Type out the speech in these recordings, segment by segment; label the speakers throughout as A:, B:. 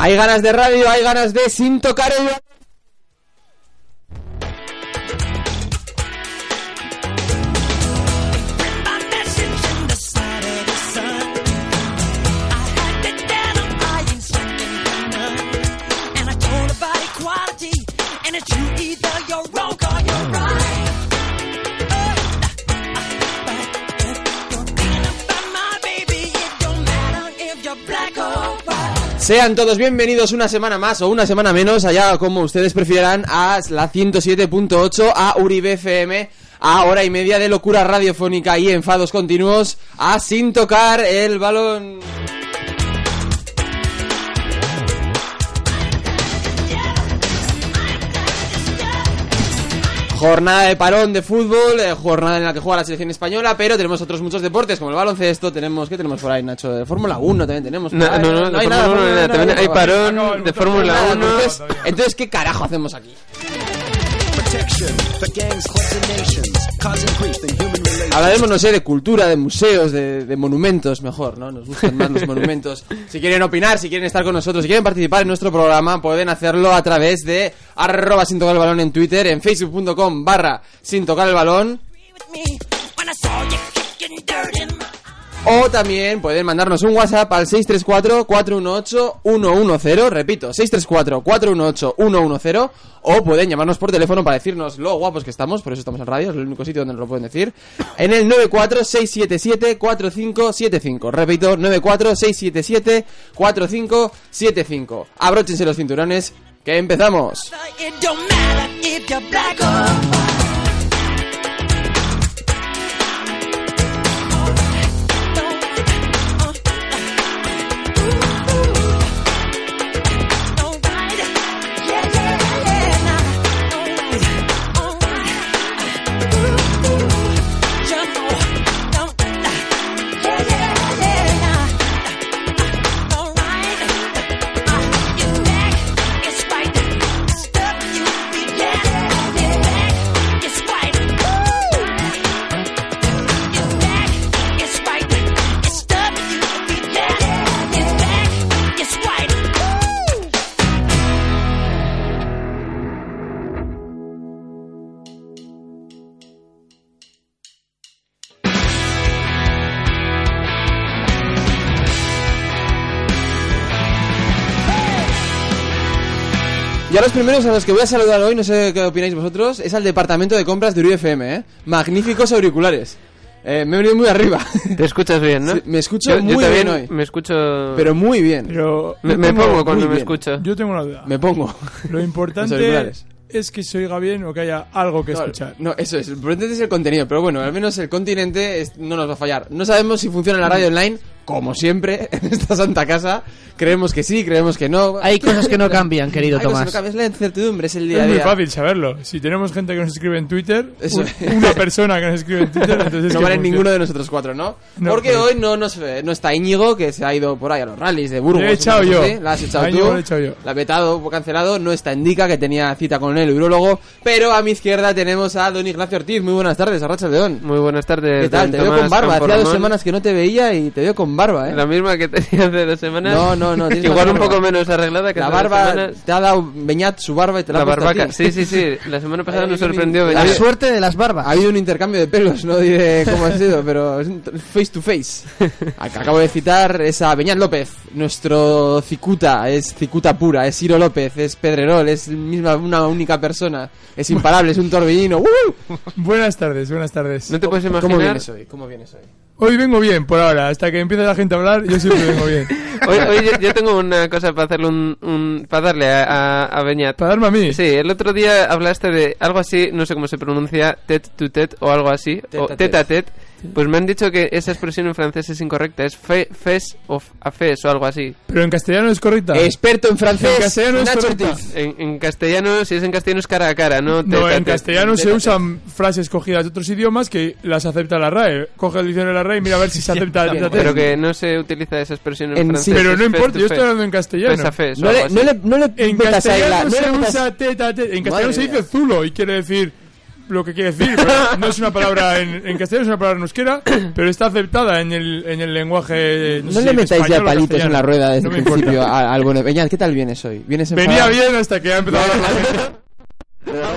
A: Hay ganas de radio, hay ganas de sin tocar el... Sean todos bienvenidos una semana más o una semana menos, allá como ustedes prefieran, a la 107.8, a Uribe FM, a hora y media de locura radiofónica y enfados continuos, a sin tocar el balón. Jornada de parón de fútbol, eh, jornada en la que juega la selección española, pero tenemos otros muchos deportes, como el baloncesto, tenemos, ¿qué tenemos por ahí, Nacho? De Fórmula 1 también tenemos.
B: No,
A: Ay,
B: no, no,
A: hay
B: de
A: nada,
B: Fórmula
A: Fórmula
B: 1 no hay nada, también
A: nada,
B: hay
A: nada.
C: Acabó
B: parón
C: el
B: de
C: mundo.
B: Fórmula
C: Nada,
B: 1.
A: Entonces, entonces, ¿qué carajo hacemos aquí?
D: protection for gangs, clubs, and nations, causing grief in human relations.
A: Hablaremos, no sé, de cultura, de museos, de, de monumentos, mejor, ¿no? Nos gustan más los monumentos. Si quieren opinar, si quieren estar con nosotros, si quieren participar en nuestro programa, pueden hacerlo a través de arroba sin tocar el balón en Twitter, en facebook.com barra sin tocar el balón. O también pueden mandarnos un WhatsApp al 634-418-110, repito, 634-418-110, o pueden llamarnos por teléfono para decirnos lo guapos que estamos, por eso estamos en radio, es el único sitio donde nos lo pueden decir, en el 94677-4575, repito, 94677-4575. Abróchense los cinturones, que empezamos.
E: It don't matter if you're black or
A: Y a los primeros a los que voy a saludar hoy, no sé qué opináis vosotros, es al departamento de compras de UFM, ¿eh? Magníficos auriculares. Eh, me he venido muy arriba.
B: Te escuchas bien, ¿no?
A: Sí, me escucho
B: Yo-
A: muy
B: yo también
A: bien hoy.
B: Me escucho.
A: Pero muy bien.
F: Pero
B: me,
F: yo
B: me
F: tengo-
B: pongo cuando
A: muy
B: me
A: bien.
B: escucho.
F: Yo tengo una duda.
A: Me pongo.
F: Lo
A: Los
F: importante
A: auriculares.
F: es que se oiga bien o que haya algo que escuchar.
A: No, eso es. Lo importante es el contenido. Pero bueno, al menos el continente es- no nos va a fallar. No sabemos si funciona la radio online, como siempre, en esta santa casa. Creemos que sí, creemos que no.
G: Hay cosas que no cambian, querido
A: Hay cosas que no
G: Tomás.
A: cambian, es la incertidumbre, es el día a
F: Es muy
A: día.
F: fácil saberlo. Si tenemos gente que nos escribe en Twitter,
A: Eso
F: un-
A: es.
F: una persona que nos escribe en Twitter, entonces
A: No
F: que
A: vale
F: funciona.
A: ninguno de nosotros cuatro, ¿no?
F: No,
A: Porque
F: pero-
A: hoy no nos eh, no está Íñigo, que se ha ido por ahí a los rallies de Burgos.
F: Le he
A: una
F: echado
A: cosa
F: yo.
A: así. La has echado
F: A
A: tú.
F: Íñigo le he echado yo.
A: La ha vetado, cancelado. No está Indica, que tenía cita con el urologo. Pero a mi izquierda tenemos a don Ignacio Ortiz. Muy buenas tardes, Arracha León.
B: Muy buenas tardes.
A: ¿Qué tal?
B: don
A: Te veo
B: Tomás
A: con barba. Hacía dos
B: Camporramón.
A: semanas que no te veía y te veo con barba, ¿eh?
B: La misma que tenía hace dos semanas.
A: No, no, no, tienes
B: Igual
A: más
B: un
A: barba.
B: poco menos arreglada que
A: La
B: hace dos
A: barba
B: semanas.
A: te ha dado Beñat su barba y te la,
B: La
A: ha puesto a ti.
B: barbaca. Sí, sí, sí. La semana pasada
A: Ay,
B: nos
A: mi-
B: sorprendió.
A: la
G: La
B: Beñat.
G: suerte de las barbas.
A: Ha habido un intercambio de pelos, no diré cómo ha sido, pero es un t- face to face. Al que acabo de citar es a Beñat López, nuestro cicuta, es cicuta pura, es Ciro López, es Pedrerol, es misma una única persona, es imparable, es un torbellino. ¡uh!
F: Buenas tardes, buenas tardes.
B: No te puedes imaginar.
A: ¿Cómo vienes hoy? ¿Cómo vienes hoy?
F: Hoy vengo bien, por ahora. Hasta que empiece la gente a hablar, yo siempre vengo bien.
B: Hoy, hoy yo, yo tengo una cosa para hacerle un, un- para darle a, a, a Beñat.
F: Para darme a mí.
B: Sí, el otro día hablaste de algo así, no sé cómo se pronuncia, tête to tête o algo así,
A: Tête
B: o
A: à
B: tête a tête. Pues me han dicho que esa expresión en francés es incorrecta, es fe, fes o afes o algo así.
F: Pero en castellano es correcta.
A: Experto en
F: En
A: francés,
F: castellano es
A: Nacho
F: correcta.
A: Ortiz.
B: En, en castellano, si es en castellano es cara a cara, ¿no? Tête
F: No,
B: à
F: en
B: tête.
F: castellano se
A: Tete.
F: usan frases cogidas de otros idiomas que las acepta la RAE. Coge el diccionario de la RAE y mira a ver si se acepta. la
A: Bien,
F: tete.
B: Pero que no se utiliza esa expresión en,
A: En sí.
B: francés.
F: Pero
B: es
F: no
B: fes
F: importa,
B: to
F: yo estoy
B: fes.
F: hablando en
B: Fes
F: castellano.
B: a fes o
A: No
B: algo
A: le,
B: así.
A: no le, no le
F: En
A: metas ahí la-
F: castellano
A: no le
F: se
A: metas-
F: usa teta, teta. En castellano
A: Madre
F: se
A: mía.
F: dice zulo y quiere decir lo que quiere decir. pero no es una palabra en, en castellano, es una palabra en euskera, pero está aceptada en el, en el lenguaje. eh,
A: No
F: sé
A: le
F: si
A: metáis ya
F: español o
A: palitos en
F: castellano.
A: la rueda este desde
F: No me
A: el
F: importa.
A: principio a- al bueno. Beñat, ¿qué tal vienes hoy? ¿Vienes
F: Venía
A: enfadado?
F: bien hasta que ha empezado a hablar la gente.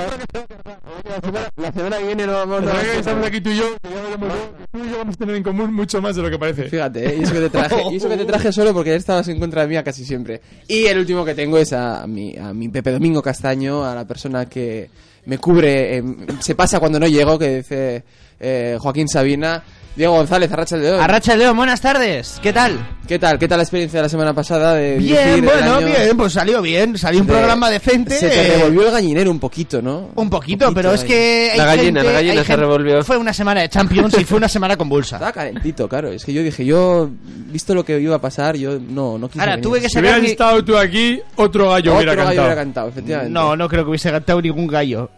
A: La semana- La semana que viene no vamos
F: La verdad que
A: a...
F: Estamos aquí tú y yo, que ya veremos luego, que tú y yo vamos a tener en común mucho más de lo que parece.
A: Fíjate, ¿eh? y, eso que te traje, y eso que te traje solo porque estabas en contra mía casi siempre. Y el último que tengo es a mi, a mi Pepe Domingo Castaño, a la persona que me cubre, eh, se pasa cuando no llego, que dice eh, Joaquín Sabina. Diego González, Arracha el dedo.
G: Arracha León, buenas tardes. ¿Qué tal?
A: ¿Qué tal? ¿Qué tal la experiencia de la semana pasada? De dirigir
G: Bien,
A: el
G: bueno,
A: año?
G: bien, pues salió bien. Salió un
A: De-
G: programa decente.
A: Se te
G: eh,
A: revolvió el gallinero un poquito, ¿no?
G: Un poquito, pero es
A: ahí.
G: que. hay
B: La gallina,
G: gente-
B: la gallina
G: hay
B: se revolvió.
G: Fue una semana de Champions y fue una semana convulsa.
A: Estaba calentito, claro. Es que yo dije, yo, visto lo que iba a pasar, yo no, no quise.
G: Ahora,
A: venir.
G: tuve que
F: Si
G: sacar.
F: hubieras
G: mi-
F: estado tú aquí, otro gallo
A: Otro
F: hubiera
A: gallo
F: cantado.
A: hubiera cantado, efectivamente.
G: No, no creo que hubiese cantado ningún gallo.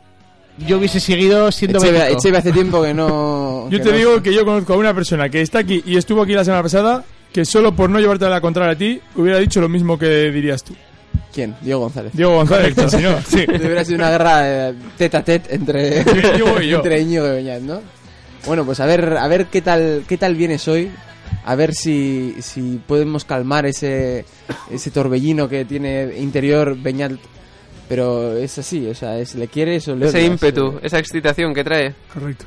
G: Yo hubiese seguido siendo
A: Echeve,
G: bélico.
A: Echeve hace tiempo que no.
F: Yo
A: que
F: te
A: no-
F: digo que yo conozco a una persona que está aquí y estuvo aquí la semana pasada, que solo por no llevarte a la contraria a ti, hubiera dicho lo mismo que dirías tú.
A: ¿Quién? Diego González.
F: Diego González, sí, señor. Sí.
A: Hubiera sido una guerra eh, tete a tete entre.
F: Entre Íñigo y yo.
A: entre Íñigo y Beñat, ¿no? Bueno, pues a ver, a ver qué tal, qué tal vienes hoy. A ver si, si podemos calmar ese, ese torbellino que tiene interior Beñat. Pero es así, o sea, es, le quieres o le
B: Ese
A: odias,
B: ímpetu,
A: eh.
B: esa excitación que trae.
F: Correcto.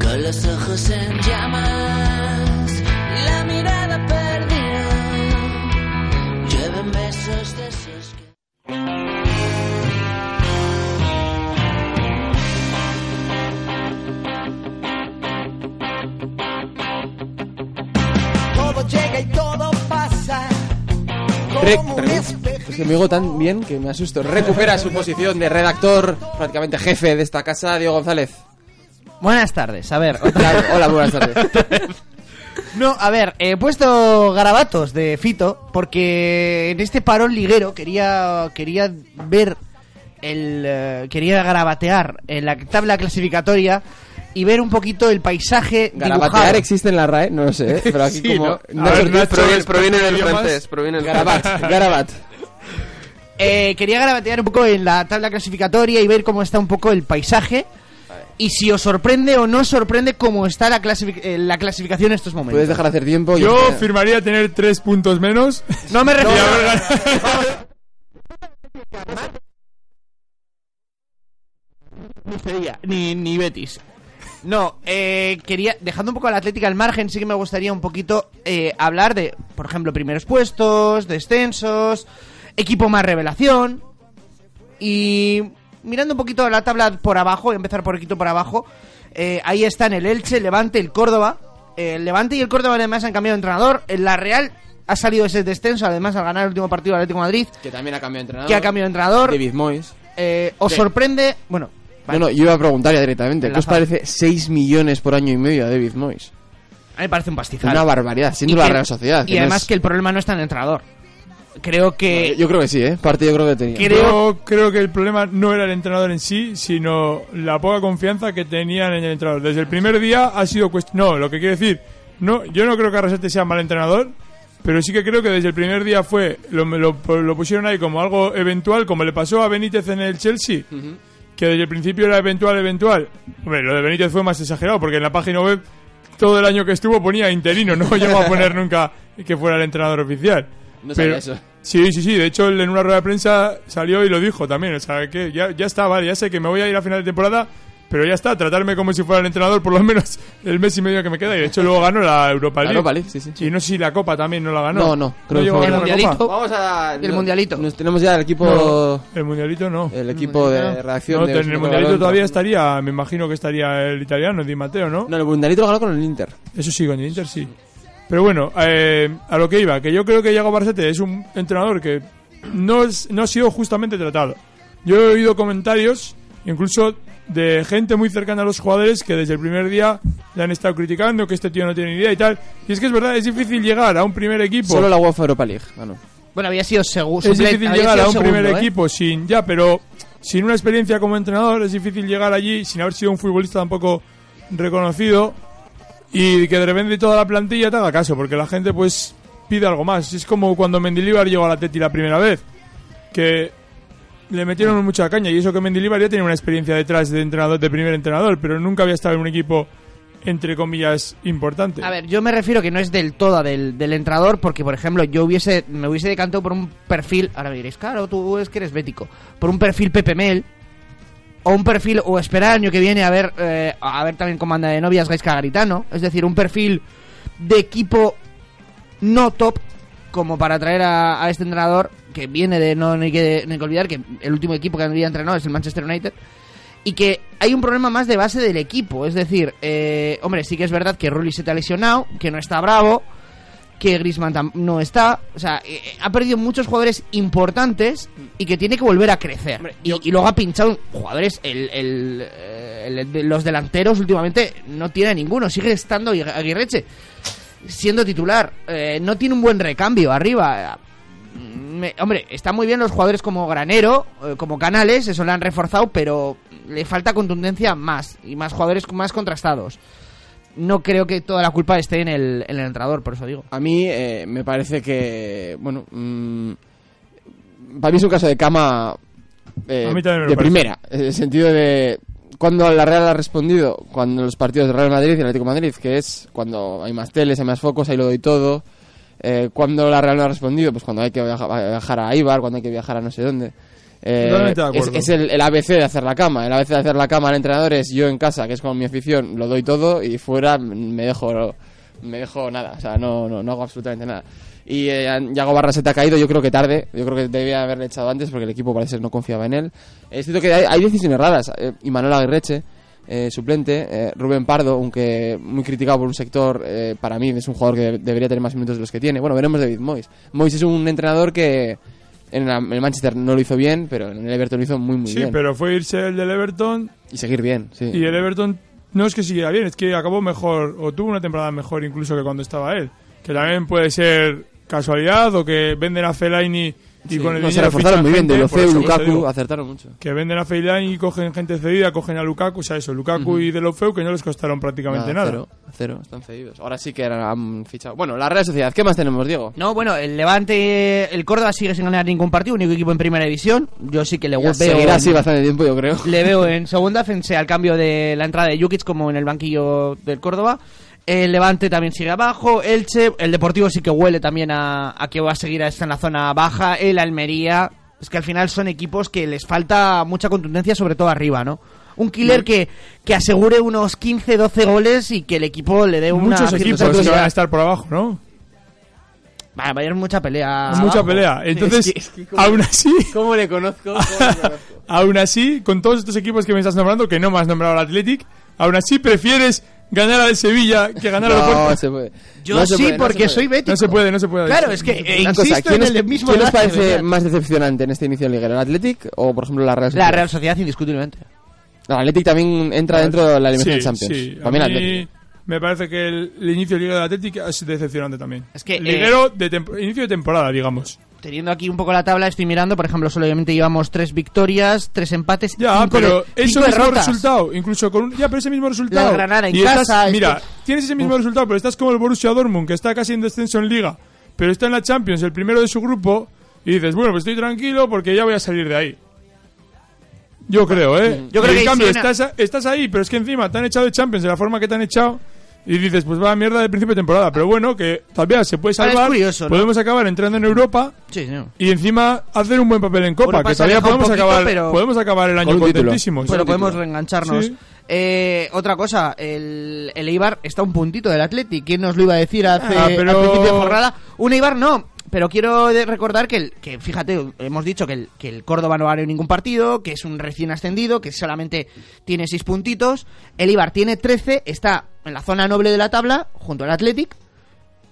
E: Con los ojos en llamas, la mirada perdida, llueven besos de esos que...
C: Todo llega y todo pasa.
A: Re-
C: Como un
A: re-
C: espejo.
A: es que me digo tan bien que me asusto. Recupera su posición de redactor, prácticamente jefe de esta casa, Diego González.
G: Buenas tardes, a ver.
A: Hola, hola, buenas tardes.
G: No, a ver, he puesto garabatos de Fito porque en este parón liguero quería, quería ver el... eh, quería garabatear en la tabla clasificatoria y ver un poquito el paisaje
A: Garabatear
G: dibujado.
A: existe en la RAE, no lo sé, ¿eh? pero aquí
F: Sí,
A: como...
F: ¿no?
A: Nacho
F: A ver,
A: Ortiz-
F: Nacho,
B: Proviene,
F: ¿es
B: proviene del
F: idiomas?
B: francés, proviene del
A: Garabat,
B: francés.
A: Garabat.
G: Eh, quería garabatear un poco en la tabla clasificatoria y ver cómo está un poco el paisaje y si os sorprende o no os sorprende cómo está la, clasific- eh, la clasificación en estos momentos.
A: Puedes dejar de hacer tiempo. y-
F: Yo firmaría tener tres puntos menos.
G: No me
F: Y
G: refiero...
F: haber ganado.
G: ni Sevilla, ni, ni Betis. No, eh, quería, dejando un poco a la Atlética al margen, sí que me gustaría un poquito eh, hablar de, por ejemplo, primeros puestos, descensos, equipo más revelación. Y mirando un poquito la tabla por abajo, voy a empezar por poquito por abajo, eh, ahí están el Elche, el Levante, el Córdoba. Eh, El Levante y el Córdoba además han cambiado de entrenador. En la Real ha salido ese descenso, además al ganar el último partido del Atlético de Madrid,
A: Que también ha cambiado de entrenador.
G: que ha cambiado de entrenador.
A: David Moyes.
G: Eh, ¿Os
A: Sí.
G: sorprende? Bueno, vale.
A: No, no, yo iba a preguntar ya directamente. ¿Qué os
G: Enlaza.
A: parece 6 millones por año y medio a David Moyes?
G: a mí me parece un pastizal.
A: Una barbaridad, siendo
G: Y
A: la
G: que-
A: Real Sociedad.
G: Y además que el problema no está en el entrenador. Creo
A: que...
G: que.
A: Yo creo que sí, ¿eh? Parte yo creo que tenía.
G: Creo-
F: Yo creo que el problema no era el entrenador en sí, sino la poca confianza que tenían en el entrenador. Desde el primer día ha sido cuestión. No, lo que quiero decir, no, yo no creo que Arrasate sea mal entrenador, pero sí que creo que desde el primer día fue. Lo, lo- lo pusieron ahí como algo eventual, como le pasó a Benítez en el Chelsea. Que desde el principio era eventual, eventual. Hombre, lo de Benítez fue más exagerado, porque en la página web todo el año que estuvo ponía interino, no llegó a poner nunca que fuera el entrenador oficial.
A: No sabía eso.
F: Sí, sí, sí. De hecho, él en una rueda de prensa salió y lo dijo también. O sea, que ya, ya está, vale, ya sé que me voy a ir a final de temporada, pero ya está, tratarme como si fuera el entrenador por lo menos el mes y medio que me queda. Y de hecho, luego ganó la Europa
A: La
F: League.
A: Europa League, sí, sí.
F: Y no sé si la Copa también no la ganó.
A: No, no, creo que
F: llegó
A: fue
F: a ganar
G: el
F: la
G: Mundialito.
F: Copa?
A: Vamos a...
G: El mundialito.
A: Nos tenemos ya el equipo...
F: No, el Mundialito no.
A: El equipo de reacción
F: No,
A: de...
F: en el Mundialito todavía estaría, me imagino que estaría el italiano, Di Matteo, ¿no?
A: No, el mundialito lo ganó con el Inter.
F: Eso sí, con el Inter sí. Pero bueno, eh, a lo que iba, que yo creo que Iago Barcete es un entrenador que no, es- no ha sido justamente tratado. Yo he oído comentarios, incluso de gente muy cercana a los jugadores, que desde el primer día le han estado criticando, que este tío no tiene ni idea y tal. Y es que es verdad, es difícil llegar a un primer equipo.
A: Solo la UEFA Europa League ganó.
G: Bueno, había sido seguro.
F: Es difícil llegar a un
G: ¿eh?
F: primer equipo sin ya, pero sin una experiencia como entrenador es difícil llegar allí sin haber sido un futbolista tampoco reconocido y que de repente toda la plantilla te haga caso, porque la gente pues pide algo más. Es como cuando Mendilibar llegó a la Teti la primera vez, que le metieron mucha caña y eso que Mendilibar ya tenía una experiencia detrás de entrenador, de primer entrenador, pero nunca había estado en un equipo entre comillas importante.
G: A ver, yo me refiero que no es del todo del, del entrenador, porque por ejemplo, yo hubiese, me hubiese decantado por un perfil, ahora me diréis, claro, tú es que eres bético, por un perfil Pepe Mel, o un perfil, o esperar el año que viene a ver, eh, a ver también comanda de novias Gaisca Garitano, es decir, un perfil de equipo no top, como para traer a, a este entrenador, que viene de, no, no hay que, no hay que olvidar que el último equipo que había entrenado es el Manchester United, y que hay un problema más de base del equipo. Es decir, eh, hombre, sí que es verdad que Rulli se te ha lesionado, que no está bravo, que Grisman no está. O sea, eh, eh, ha perdido muchos jugadores importantes y que tiene que volver a crecer. y, y luego ha pinchado jugadores, el, el, eh, el- de- los delanteros últimamente no tiene ninguno, sigue estando Aguirre- Aguirreche siendo titular. Eh, no tiene un buen recambio arriba. Me- hombre, están muy bien los jugadores como Granero, eh, como Canales, eso le han reforzado, pero le falta contundencia más y más jugadores más contrastados. No creo que toda la culpa esté en el, en el entrenador, por eso digo.
A: A mí eh, me parece que, bueno, mm, para mí es un caso de cama eh,
F: A mí también me lo
A: de
F: parece.
A: primera, en el sentido de cuando la Real ha respondido, cuando los partidos de Real Madrid y el Atlético de Madrid, que es cuando hay más teles, hay más focos, ahí lo doy todo. Eh, cuando la Real no ha respondido, pues cuando hay que viaja- viajar a Ibar, cuando hay que viajar a no sé dónde. Eh,
F: Totalmente de
A: es
F: acuerdo.
A: es el, el ABC de hacer la cama. El ABC de hacer la cama al entrenador es yo en casa, que es con mi afición, lo doy todo y fuera me dejo, me dejo nada. O sea, no, no, no hago absolutamente nada. Y eh, Yago Barra se te ha caído, yo creo que tarde. Yo creo que debía haberle echado antes porque el equipo parece ser no confiaba en él. Es cierto que hay, hay decisiones raras. Eh, y Manuel Aguirreche, eh, suplente. eh, Rubén Pardo, aunque muy criticado por un sector, eh, para mí es un jugador que de- debería tener más minutos de los que tiene. Bueno, veremos David Moyes. Moyes es un entrenador que... En la- en el Manchester no lo hizo bien, pero en el Everton lo hizo muy, muy
F: sí,
A: bien.
F: pero fue irse el del Everton
A: Y seguir bien, sí.
F: y el Everton no es que siguiera bien, es que acabó mejor o tuvo una temporada mejor incluso que cuando estaba él. Que también puede ser casualidad o que venden a Fellaini y
A: Sí,
F: con el
A: no, se
F: dinero
A: reforzaron
F: fichan
A: muy bien, de
F: gente,
A: Lofeu,
F: por eso, por eso
A: Lukaku,
F: digo,
A: acertaron mucho.
F: Que venden a Fellaini y cogen gente cedida, cogen a Lukaku, o sea, eso, Lukaku y De Lofeu que no les costaron prácticamente nada.
A: Cero, cero, están cedidos. Ahora sí que eran- han fichado. Bueno, la Real Sociedad, ¿qué más tenemos, Diego?
G: No, bueno, el Levante, el Córdoba sigue sin ganar ningún partido, único equipo en primera división. Yo sí que le
A: Ya
G: veo,
A: seguirá así bastante tiempo, yo creo.
G: le veo en segunda, frente al cambio de la entrada de Jukic como en el banquillo del Córdoba. El Levante también sigue abajo, Elche, el Deportivo sí que huele también a, a que va a seguir a estar en la zona baja, el Almería. Es que al final son equipos que les falta mucha contundencia, sobre todo arriba, ¿no? Un killer que, que asegure unos 15, 12 goles y que el equipo le dé una
F: Muchos
G: cierta
F: equipos que
G: seguridad.
F: van a estar por abajo, ¿no?
G: Va va a haber mucha pelea.
F: Es mucha
G: Ah, abajo.
F: pelea. Entonces,
A: que- es que como-
F: aún así,
A: ¿Cómo le conozco?
F: aún así, con todos estos equipos que me estás nombrando, que no me has nombrado al Athletic, aún así prefieres ganar al Sevilla que ganar al
A: No
F: Porto.
A: se puede.
G: Yo
A: No se
G: sí,
A: puede, no se
G: porque
A: puede.
G: soy bético.
F: No se puede, no se puede.
G: Claro, es que eh,
A: Una
G: insisto
A: cosa, ¿quién,
G: en
A: os-
G: el mismo
A: ¿quién os
G: debate,
A: parece
G: ¿verdad?
A: más decepcionante en este inicio de liga? ¿El Athletic o, por ejemplo, la Real Sociedad?
G: La Real Sociedad, indiscutiblemente.
A: No, el Athletic también entra dentro de la
F: Sí,
A: eliminación de Champions.
F: sí. A
A: Para mí, el
F: mí
A: Athletic.
F: me parece que el, el inicio de Liga del Athletic es decepcionante también.
G: Es que, eh,
F: Liguero de tempo- inicio de temporada, digamos.
G: Teniendo aquí un poco la tabla, estoy mirando, por ejemplo, solamente llevamos tres victorias, tres empates,
F: Ya,
G: cinco,
F: pero
G: de-
F: eso
G: cinco
F: mismo
G: derrotas.
F: resultado, incluso con un, ya, pero ese mismo resultado.
G: La Granada en
F: Y estás-
G: casa, es
F: mira,
G: que-
F: tienes ese mismo resultado, pero estás como el Borussia Dortmund, que está casi en descenso en Liga, pero está en la Champions, el primero de su grupo, y dices, bueno, pues estoy tranquilo porque ya voy a salir de ahí. Yo creo, ¿eh?
G: Yo creo
F: Y en
G: que
F: cambio,
G: Siena-
F: estás, estás ahí, pero es que encima te han echado de Champions de la forma que te han echado. Y dices, pues va a mierda de principio de temporada. Pero bueno, que todavía se puede
G: Ahora es
F: salvar.
G: curioso, ¿no?
F: Podemos acabar entrando en Europa.
G: Sí, no.
F: Y encima hacer un buen papel en Copa,
G: Europa
F: que
G: se ha
F: todavía
G: alejado un
F: podemos,
G: poquito,
F: acabar,
G: pero-
F: podemos acabar el
A: Con
F: año
A: un título.
F: contentísimos.
G: Pero podemos
A: título.
G: reengancharnos.
F: Sí.
G: Eh, otra cosa, el, el Eibar está a un puntito del Atleti. ¿Quién nos lo iba a decir hace,
F: Ah, pero-
G: al principio de jornada? Un Eibar no, pero quiero de- recordar que, el- que, fíjate, hemos dicho que el, que el Córdoba no gana ningún partido, que es un recién ascendido, que solamente tiene seis puntitos. El Eibar tiene 13, está en la zona noble de la tabla, junto al Athletic.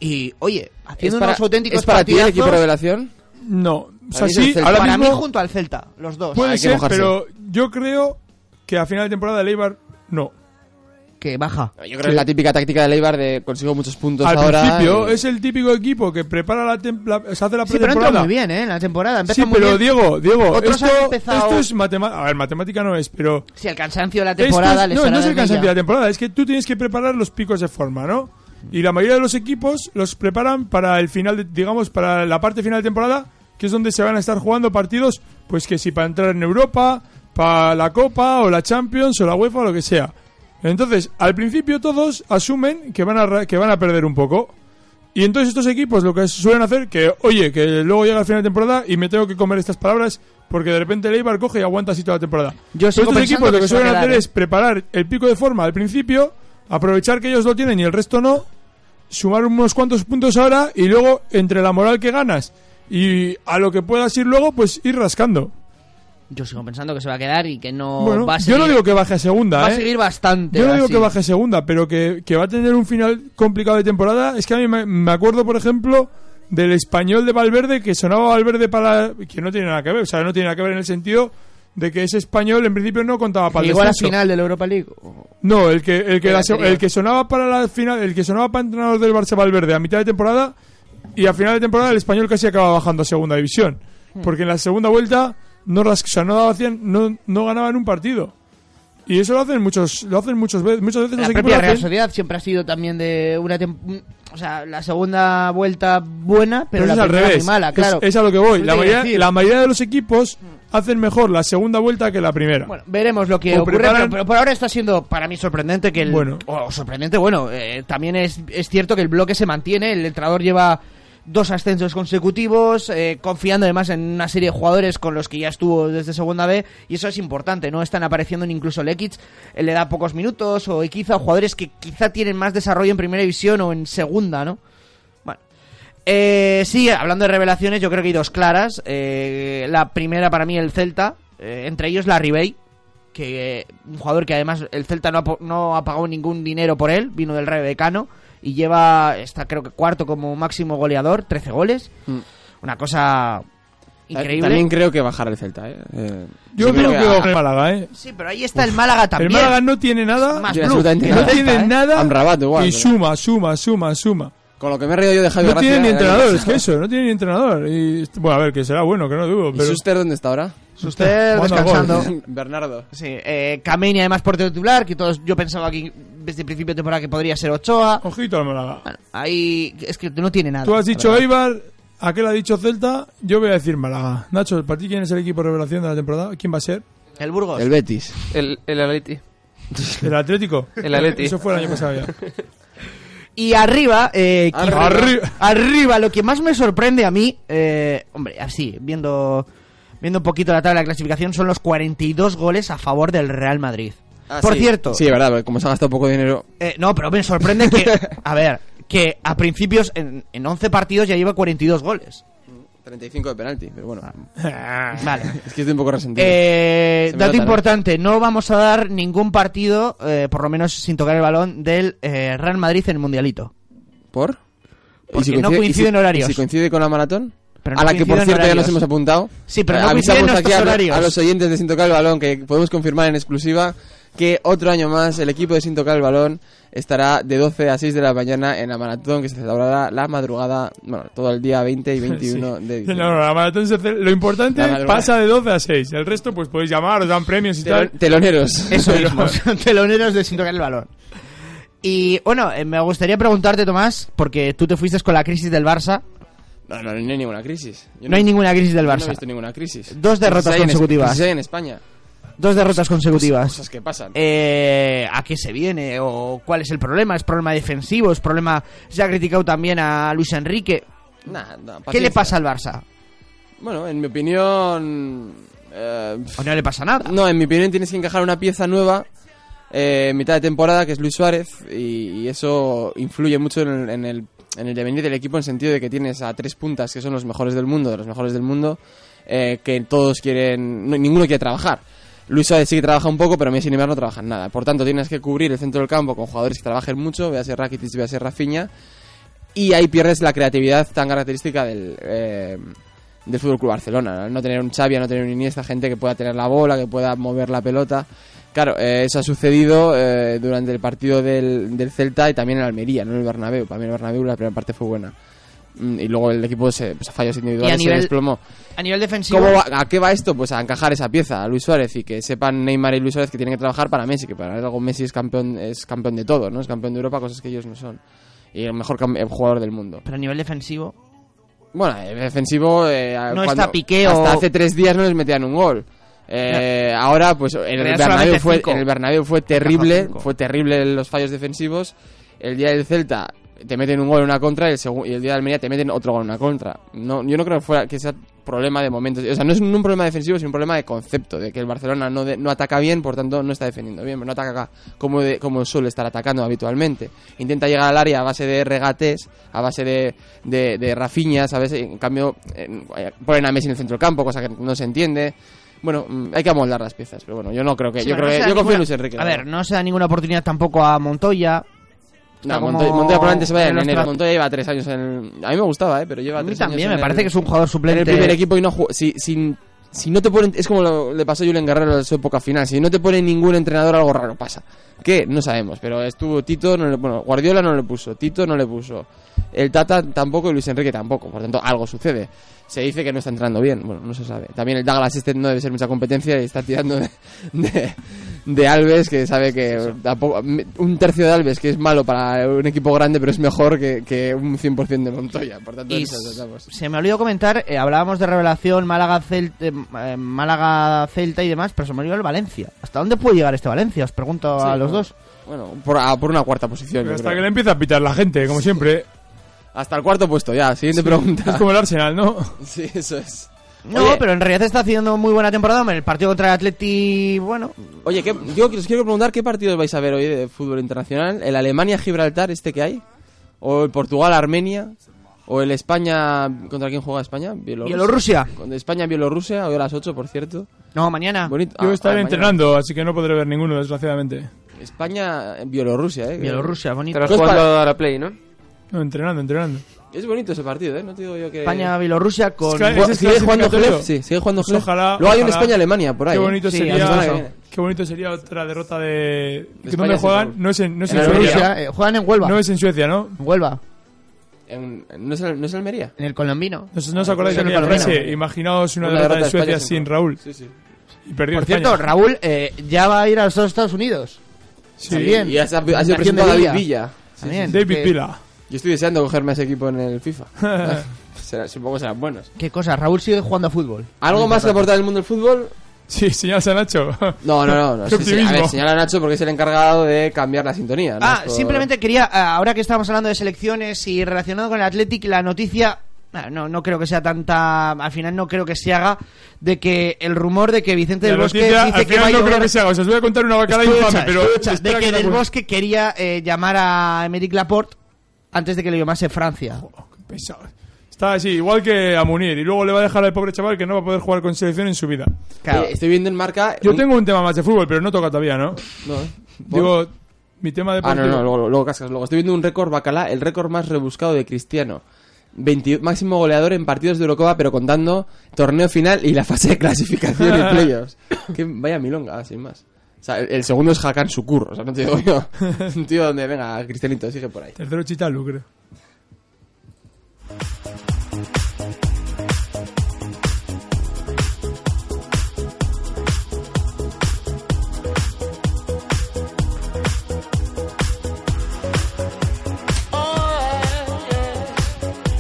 G: Y, oye, haciendo unos auténticos
A: ¿Es para ti el
G: partidazos,
A: equipo revelación?
F: No, o sea,
A: mí es el
F: sí,
A: Celta.
F: ahora
G: para mí
F: mismo
G: junto al Celta, los dos.
F: puede
A: Hay que
F: ser,
A: mojarse.
F: pero yo creo que a final de temporada el Eibar no.
G: que baja.
A: Yo creo que es la típica táctica de Leibar de consigo muchos puntos
F: Al
A: ahora.
F: principio
A: y-
F: es el típico equipo que prepara la, tem- la- o sea, hace la
G: Sí, pero entra
F: pretemporada.
G: muy bien, ¿eh? En la temporada. Empezó
F: Sí,
G: muy
F: pero
G: bien.
F: Diego, Diego,
G: Otros
F: esto,
G: han empezado-
F: esto es matemática. A ver, matemática no es, pero.
G: Si el cansancio de la temporada
F: Esto es-
G: le
F: no,
G: estará
F: no es
G: de
F: el cansancio de
G: media.
F: la temporada, es que tú tienes que preparar los picos de forma, ¿no? Y la mayoría de los equipos los preparan para el final, de- digamos, para la parte final de temporada, que es donde se van a estar jugando partidos, pues que si para entrar en Europa, para la Copa o la Champions o la UEFA o lo que sea. Entonces, al principio todos asumen que van a, ra- que van a perder un poco. Y entonces estos equipos lo que suelen hacer, que oye, que luego llega el final de temporada y me tengo que comer estas palabras, porque de repente el Eibar coge y aguanta así toda la temporada.
G: Yo
F: Pero
G: sigo
F: estos
G: pensando
F: equipos lo
G: que
F: que
G: se va a
F: suelen
G: quedar,
F: hacer
G: ¿eh?
F: es preparar el pico de forma al principio, aprovechar que ellos lo tienen y el resto no, sumar unos cuantos puntos ahora y luego entre la moral que ganas y a lo que puedas ir luego, pues ir rascando.
G: Yo sigo pensando que se va a quedar y que no
F: bueno,
G: va a
F: yo
G: seguir.
F: no digo que baje a segunda,
G: va a
F: ¿eh?
G: seguir bastante.
F: Yo no digo
G: así.
F: que baje segunda, pero que, que va a tener un final complicado de temporada. Es que a mí me, me acuerdo, por ejemplo, del español de Valverde, que sonaba Valverde para... que no tiene nada que ver, o sea, no tiene nada que ver en el sentido de que ese español en principio no contaba para el
G: Llegó a la
F: descenso.
G: final de la Europa League.
F: No, el que, el, que
G: El
F: la se-
G: anterior.
F: el que sonaba para la final, el que sonaba para entrenador del Barça Valverde a mitad de temporada y a final de temporada el español casi acaba bajando a segunda división.
G: Hmm.
F: Porque en la segunda vuelta no, ras- o sea, no, daba cien- no, no ganaban un partido. Y eso lo hacen muchos, lo hacen muchos ve- muchas veces
G: La
F: los equipos
G: propia
F: lo
G: Real
F: hacen,
G: Sociedad siempre ha sido también de una tem- un- o sea, la segunda vuelta buena, pero,
F: eso
G: la
F: es al
G: primera
F: revés.
G: muy mala,
F: Es-
G: claro.
F: Es, a lo que voy.
G: Eso
F: La
G: te iba a
F: mayoría,
G: decir. Hmm.
F: la mayoría de los equipos hacen mejor la segunda vuelta que la primera.
G: Bueno, veremos lo que
F: O
G: ocurre,
F: preparan-
G: pero, pero por ahora está siendo para mí sorprendente que el...
F: Bueno.
G: o sorprendente, bueno, eh, también es, es cierto que el bloque se mantiene, el entrenador lleva dos ascensos consecutivos, eh, confiando además en una serie de jugadores con los que ya estuvo desde segunda B, y eso es importante, ¿no? Están apareciendo en incluso Lekic, eh, le da pocos minutos, o quizá jugadores que quizá tienen más desarrollo en primera división o en segunda, ¿no? Bueno. Eh, sí, hablando de revelaciones, yo creo que hay dos claras. Eh, la primera para mí el Celta, eh, entre ellos la Ribey, que eh, un jugador que además el Celta no ha, po- no ha pagado ningún dinero por él, vino del Rayo Decano y lleva, está creo que cuarto como máximo goleador, 13 goles.
A: Mm.
G: Una cosa
F: Eh,
G: increíble.
A: También creo que bajará el Celta, ¿eh? Eh,
F: Yo creo que
A: ah,
F: va el Málaga, ¿eh.
G: Sí, pero ahí está el Málaga
F: El
G: también.
F: Málaga no tiene nada.
G: Más
A: tiene
G: plus,
A: absolutamente
G: que
F: no
A: nada.
G: Celta,
F: tiene
G: ¿eh?
F: nada
A: Amrabat igual,
F: y
A: pero-
F: suma, suma, suma, suma.
A: Con lo que me he reído yo de Javi
F: No
A: Gracia,
F: tiene ni
A: era
F: entrenador,
A: que-
F: es que eso, no tiene ni entrenador. Y, bueno, a ver, que será bueno, que no dudo,
A: ¿Y
F: pero...
A: Schuster dónde está ahora?
G: Usted
F: Manda
G: descansando.
A: Bernardo.
G: Sí, eh, Kameni además portero titular, que todos yo pensaba que desde el principio de temporada que podría ser Ochoa.
F: Ojito al Málaga.
G: Bueno, ahí es que no tiene nada.
F: Oh. Tú has dicho Eibar, aquel ha dicho Celta, yo voy a decir Málaga. Nacho, ¿para ti quién es el equipo revelación de la temporada? ¿Quién va a ser?
G: El Burgos.
A: El Betis.
B: El, el Atleti.
F: ¿El Atlético?
B: El Atleti.
F: Eso fue el año pasado ya.
G: Y arriba, eh, que-
A: Arriba.
F: Arriba.
G: arriba, lo que más me sorprende a mí, eh, hombre, así, viendo, viendo un poquito la tabla de clasificación, son los 42 goles a favor del Real Madrid. Por cierto,
A: Ah, Sí, verdad, porque como se ha gastado poco dinero.
G: eh, no, pero me sorprende que, a ver, que a principios, en, en 11 partidos ya lleva 42 goles.
A: 35 de penalti, pero bueno.
G: Vale.
A: Es que estoy un poco resentido.
G: Eh,
A: Se me
G: dato
A: nota, ¿no?
G: importante, no vamos a dar ningún partido, eh, por lo menos sin tocar el balón, del eh, Real Madrid en el Mundialito.
A: ¿Por?
G: Porque no coinciden
A: y si-
G: horarios.
A: y si coincide con la maratón?
G: Pero no
A: a la que, por
G: coinciden
A: cierto, ya
G: horarios.
A: nos hemos apuntado.
G: Sí, pero
A: Eh,
G: no
A: avisamos
G: coinciden
A: aquí a,
G: nuestros horarios.
A: a los oyentes de Sin Tocar el Balón que podemos confirmar en exclusiva que otro año más el equipo de Sin Tocar el Balón estará de 12 a 6 de la mañana en la maratón que se celebrará la madrugada, bueno, todo el día 20 y 21
F: Sí.
A: de
F: No,
A: diciembre.
F: no, la maratón se hace- Lo
A: La
F: importante
A: madrugada.
F: pasa de 12 a 6. El resto, pues podéis llamar, os dan premios y
A: Telon-
F: tal.
A: Teloneros.
G: Eso mismo,
A: ¿eh?
G: son teloneros de sin tocar el balón. Y bueno, eh, me gustaría preguntarte, Tomás, porque tú te fuiste con la crisis del Barça.
A: No, no, no hay ninguna crisis. Yo
G: No hay ninguna crisis del
A: yo No he
G: Barça.
A: visto ninguna crisis.
G: Dos
A: Crisis
G: derrotas
A: hay en Es-
G: consecutivas.
A: crisis hay en España.
G: Dos derrotas consecutivas.
A: Cosas que pasan.
G: Eh, ¿A qué se viene? ¿O cuál es el problema? ¿Es problema defensivo? ¿Es problema.? Se ha criticado también a Luis Enrique.
A: Nah, nah,
G: ¿Qué
A: paciencia.
G: le pasa al Barça?
A: Bueno, en mi opinión... eh,
G: ¿O no le pasa nada?
A: no, en mi opinión tienes que encajar una pieza nueva eh, en mitad de temporada, que es Luis Suárez, y, y eso influye mucho en el, en, el, en el devenir del equipo en el sentido de que tienes a tres puntas que son los mejores del mundo, de los mejores del mundo, eh, que todos quieren... no- ninguno quiere trabajar. Luis Suárez sí que trabaja un poco, pero Messi y Neymar no trabajan nada. Por tanto, tienes que cubrir el centro del campo con jugadores que trabajen mucho, voy a ser Rakitic, voy a ser Rafinha, y ahí pierdes la creatividad tan característica del eh, del Fútbol Club Barcelona al no tener un Xavi al no tener un Iniesta gente que pueda tener la bola que pueda mover la pelota Claro, eh, eso ha sucedido eh, durante el partido del, del Celta y también en Almería, no en el Bernabéu. Para mí en el Bernabéu la primera parte fue buena. Mm, Y luego el equipo se pues, a fallos individuales se
G: nivel-
A: desplomó.
G: A nivel defensivo.
A: ¿Cómo va- ¿A qué va esto? Pues a encajar esa pieza, a Luis Suárez, y que sepan Neymar y Luis Suárez que tienen que trabajar para Messi, que para algo Messi es campeón, es campeón de todo, ¿no? Es campeón de Europa, cosas que ellos no son. Y el mejor cam- eh, jugador del mundo.
G: Pero a nivel defensivo.
A: Bueno, eh, defensivo... eh, a-
G: No
A: cuando-
G: está Piqué o-
A: Hasta hace tres días no les metían un gol. Eh, Ahora, pues en el,
G: Real
A: Bernabéu
G: solamente
A: fue,
G: cinco.
A: en el Bernabéu fue terrible,
G: cinco.
A: fue terrible los fallos defensivos. El día del Celta te meten un gol en una contra y el, segu- y el día de Almería te meten otro gol en una contra. No, yo no creo que, fuera, que sea problema de momentos. O sea, no es un, un problema defensivo, es un problema de concepto, de que el Barcelona no, de- no ataca bien, por tanto no está defendiendo bien, no ataca como, de- como suele estar atacando habitualmente. Intenta llegar al área a base de regates, a base de, de, de rafiñas, a veces, en cambio, en- eh, ponen a Messi en el centro del campo, cosa que no se entiende. Bueno, mm, hay que amoldar las piezas, pero bueno, yo no creo que.
G: Sí,
A: yo
G: pero
A: creo
G: no
A: que-
G: se da
A: yo confío
G: ninguna-
A: en Luis Enrique.
G: A
A: la
G: ver,
A: verdad.
G: no se da ninguna oportunidad tampoco a Montoya.
A: No,
G: Está como-
A: Montoya, Montoya probablemente se vaya en
G: en los
A: enero.
G: tra-
A: Montoya lleva tres años en el... A mí me gustaba, ¿eh? Pero lleva
G: A mí
A: tres años
G: también, me
A: en
G: parece
A: el-
G: que es un jugador
A: en
G: suplente.
A: el primer equipo y no ju- si, si, si no te ponen... Es como lo- le pasó a Julen Guerrero en su época final. Si no te pone ningún entrenador, algo raro pasa. ¿Qué? No sabemos. Pero estuvo Tito... No le, bueno, Guardiola no le puso. Tito no le puso. El Tata tampoco y Luis Enrique tampoco. Por tanto, algo sucede. Se dice que no está entrando bien. Bueno, no se sabe. También el Douglas este no debe ser mucha competencia y está tirando de... de- de Alves, que sabe que tampoco- un tercio de Alves, que es malo para un equipo grande, pero es mejor que, que un 100% de Montoya. Por tanto,
G: Y
A: eso tratamos.
G: se me olvidó comentar, eh, hablábamos de revelación, Málaga Celta, Málaga Celta y demás, pero se me olvidó el Valencia. ¿Hasta dónde puede llegar este Valencia? Os pregunto a
A: Sí,
G: los
A: bueno.
G: dos.
A: Bueno, por, a- por una cuarta posición.
F: Pero
A: yo
F: hasta
A: creo.
F: que le empieza a pitar la gente, como siempre.
A: Hasta el cuarto puesto, ya. Siguiente pregunta.
F: Es como el Arsenal, ¿no?
A: Sí, eso es.
G: No,
A: Oye.
G: pero en realidad está haciendo muy buena temporada. hombre, El partido contra el Atleti, bueno,
A: Oye, ¿qué- yo os quiero preguntar qué partidos vais a ver hoy de fútbol internacional. ¿El Alemania-Gibraltar, este que hay? ¿O el Portugal-Armenia? ¿O el España... ¿Contra quién juega España?
G: Bielorrusia.
A: Con- España-Bielorrusia, hoy a las 8, por cierto.
G: No, mañana.
A: Bonito.
F: Yo
A: Ah,
F: estaré
A: ah, mañana.
F: entrenando, así que no podré ver ninguno, desgraciadamente.
A: España-Bielorrusia, ¿eh?
G: Bielorrusia, bonito.
B: Estarás
A: Pues
B: jugando
A: para-
B: a la Play, ¿no?
F: No, entrenando, entrenando.
A: Es bonito ese partido, ¿eh? No te digo yo que...
G: España, Bielorrusia con...
F: Es que-
A: Bueno,
F: Ese
A: ¿Sigue jugando
F: clasificatorio.
A: Gleb? Sí, sigue jugando Gleb.
F: Ojalá,
A: Luego hay un
F: ojalá.
A: España-Alemania por ahí.
F: Qué
A: ¿eh?
F: bonito
G: Sí,
A: la semana que
F: sería.
A: viene.
F: Qué bonito sería otra derrota de.
A: De
F: ¿Que
A: España
F: ¿Dónde
A: se
F: juegan?
A: fue.
F: No es en, no es
A: En
F: en Suecia.
A: Almería.
G: Bielorrusia, eh, juegan en Huelva.
F: No es en Suecia, ¿no?
G: En Huelva,
A: En- ¿No, es, el- ¿No es Almería?
G: en el colombino.
F: No, sé- no os
A: Ah,
F: acordáis de
G: Suena
F: aquella
G: colombiano.
F: frase. Imaginaos una,
A: Una
F: derrota,
A: derrota
F: de
A: de
F: Suecia
A: España sin
F: sin Raúl.
A: Sí, sí.
F: Y perdió
G: Por
F: España.
G: cierto, Raúl eh, ya va a ir a los Estados Unidos.
F: Sí.
G: También.
A: Y has- ha,
G: Nación
A: sido
G: de
A: presentado David Villa.
G: También.
F: David
G: Que-
F: Vila.
A: Yo estoy deseando cogerme a ese equipo en el FIFA. Ah, Será- supongo que serán buenos.
G: Qué cosa, Raúl sigue jugando a fútbol.
A: ¿Algo más que aportar al mundo del fútbol?
F: Sí, señalas a Nacho.
A: No, no, no. no.
F: Qué
A: Sí, sí. a ver,
F: optimismo.
A: señala a Nacho porque es el encargado de cambiar la sintonía. ¿no?
G: Ah,
A: Por-
G: simplemente quería, ah, ahora que estamos hablando de selecciones y relacionado con el Athletic, la noticia, ah, no, no creo que sea tanta, al final no creo que se haga, de que el rumor de que Vicente
F: La
G: del Bosque
F: noticia,
G: dice
F: al
G: que va
F: final
G: a
F: no creo
G: llover-
F: que se haga. Os voy a contar una bacala
G: Escucha,
F: infame, pero.
G: escucha, de
F: espera
G: que
F: te
G: del
F: acuerdes.
G: Bosque quería eh, llamar a Emeric Laporte antes de que lo llamase Francia.
F: Oh, qué pesado. Está así, igual que a Munir. Y luego le va a dejar al pobre chaval que no va a poder jugar con selección en su vida.
G: Claro.
A: Eh,
F: este
A: estoy viendo en marca.
F: Yo
A: un-
F: tengo un tema más de fútbol, pero no toca todavía, ¿no?
A: No, ¿eh?
F: Digo, mi tema de
A: Ah, no, no, luego, luego cascas. Luego estoy viendo un récord bacala, el récord más rebuscado de Cristiano. 20 máximo goleador en partidos de Eurocopa, pero contando torneo final y la fase de clasificación y playoffs. Que vaya milonga, ah, sin más. O sea, el, el segundo es Hakan Sukur, o sea, no te digo yo. Un tío donde, venga, Cristianito, sigue por ahí.
F: Tercero Chitalu, creo.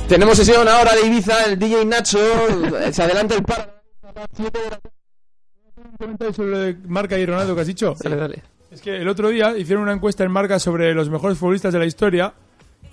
A: Tenemos sesión ahora de Ibiza, el DJ Nacho, se adelanta el par.
F: ¿Comentáis sobre lo de Marca y Ronaldo que has dicho?
B: Dale, dale.
F: Es que el otro día hicieron una encuesta en Marca sobre los mejores futbolistas de la historia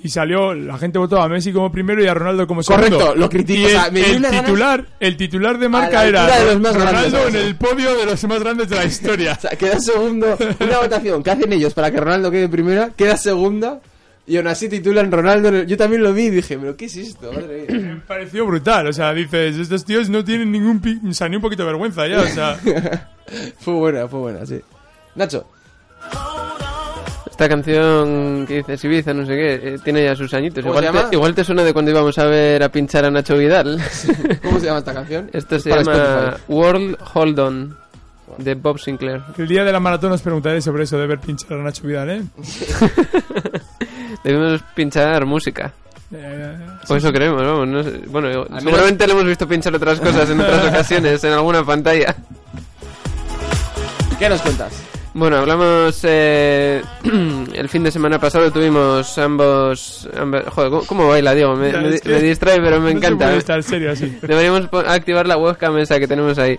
F: y salió, la gente votó a Messi como primero y a Ronaldo como segundo.
A: Correcto, lo critico,
F: Y
A: o
F: el,
A: sea, me dio
F: el
A: unas ganas-
F: titular, el titular de
A: A
F: Marca
A: la
F: era
A: altura de los más
F: Ronaldo
A: grandes,
F: en el podio de los más grandes de la historia.
A: O sea, queda segundo. Una votación que hacen ellos para que Ronaldo quede primera, queda segunda. Y aún así titulan Ronaldo. en el- Yo también lo vi y dije, pero ¿qué es esto? Madre mía.
F: Me pareció brutal, o sea, dices, estos tíos no tienen ningún, pi- o sea, ni un poquito de vergüenza ya, o sea,
A: Fue buena, fue buena, sí. Nacho,
B: Esta canción que dices Ibiza, no sé qué, eh, tiene ya sus añitos.
A: ¿Cómo se
B: Igual
A: llama?
B: te, igual te suena de cuando íbamos a ver a pinchar a Nacho Vidal.
A: ¿cómo se llama esta canción?
B: Esto
A: Es
B: se
A: para
B: llama
A: Spotify.
B: World Hold On. de Bob Sinclair.
F: El día de la maratón os preguntaré sobre eso de ver pinchar a Nacho Vidal, ¿eh?
B: Debemos pinchar música.
F: Eh,
B: O eso creemos, vamos. no sé. Bueno, seguramente le hemos visto pinchar otras cosas en otras ocasiones, en alguna pantalla.
A: ¿Qué nos cuentas?
B: Bueno, hablamos. eh, el fin de semana pasado tuvimos ambos. amba- joder, ¿cómo, cómo baila, Diego? Me,
F: Ya,
B: me-
F: es que
B: me distrae, pero me
F: no se
B: encanta.
F: puede estar serio así.
B: Deberíamos po- activar la webcam esa que tenemos ahí.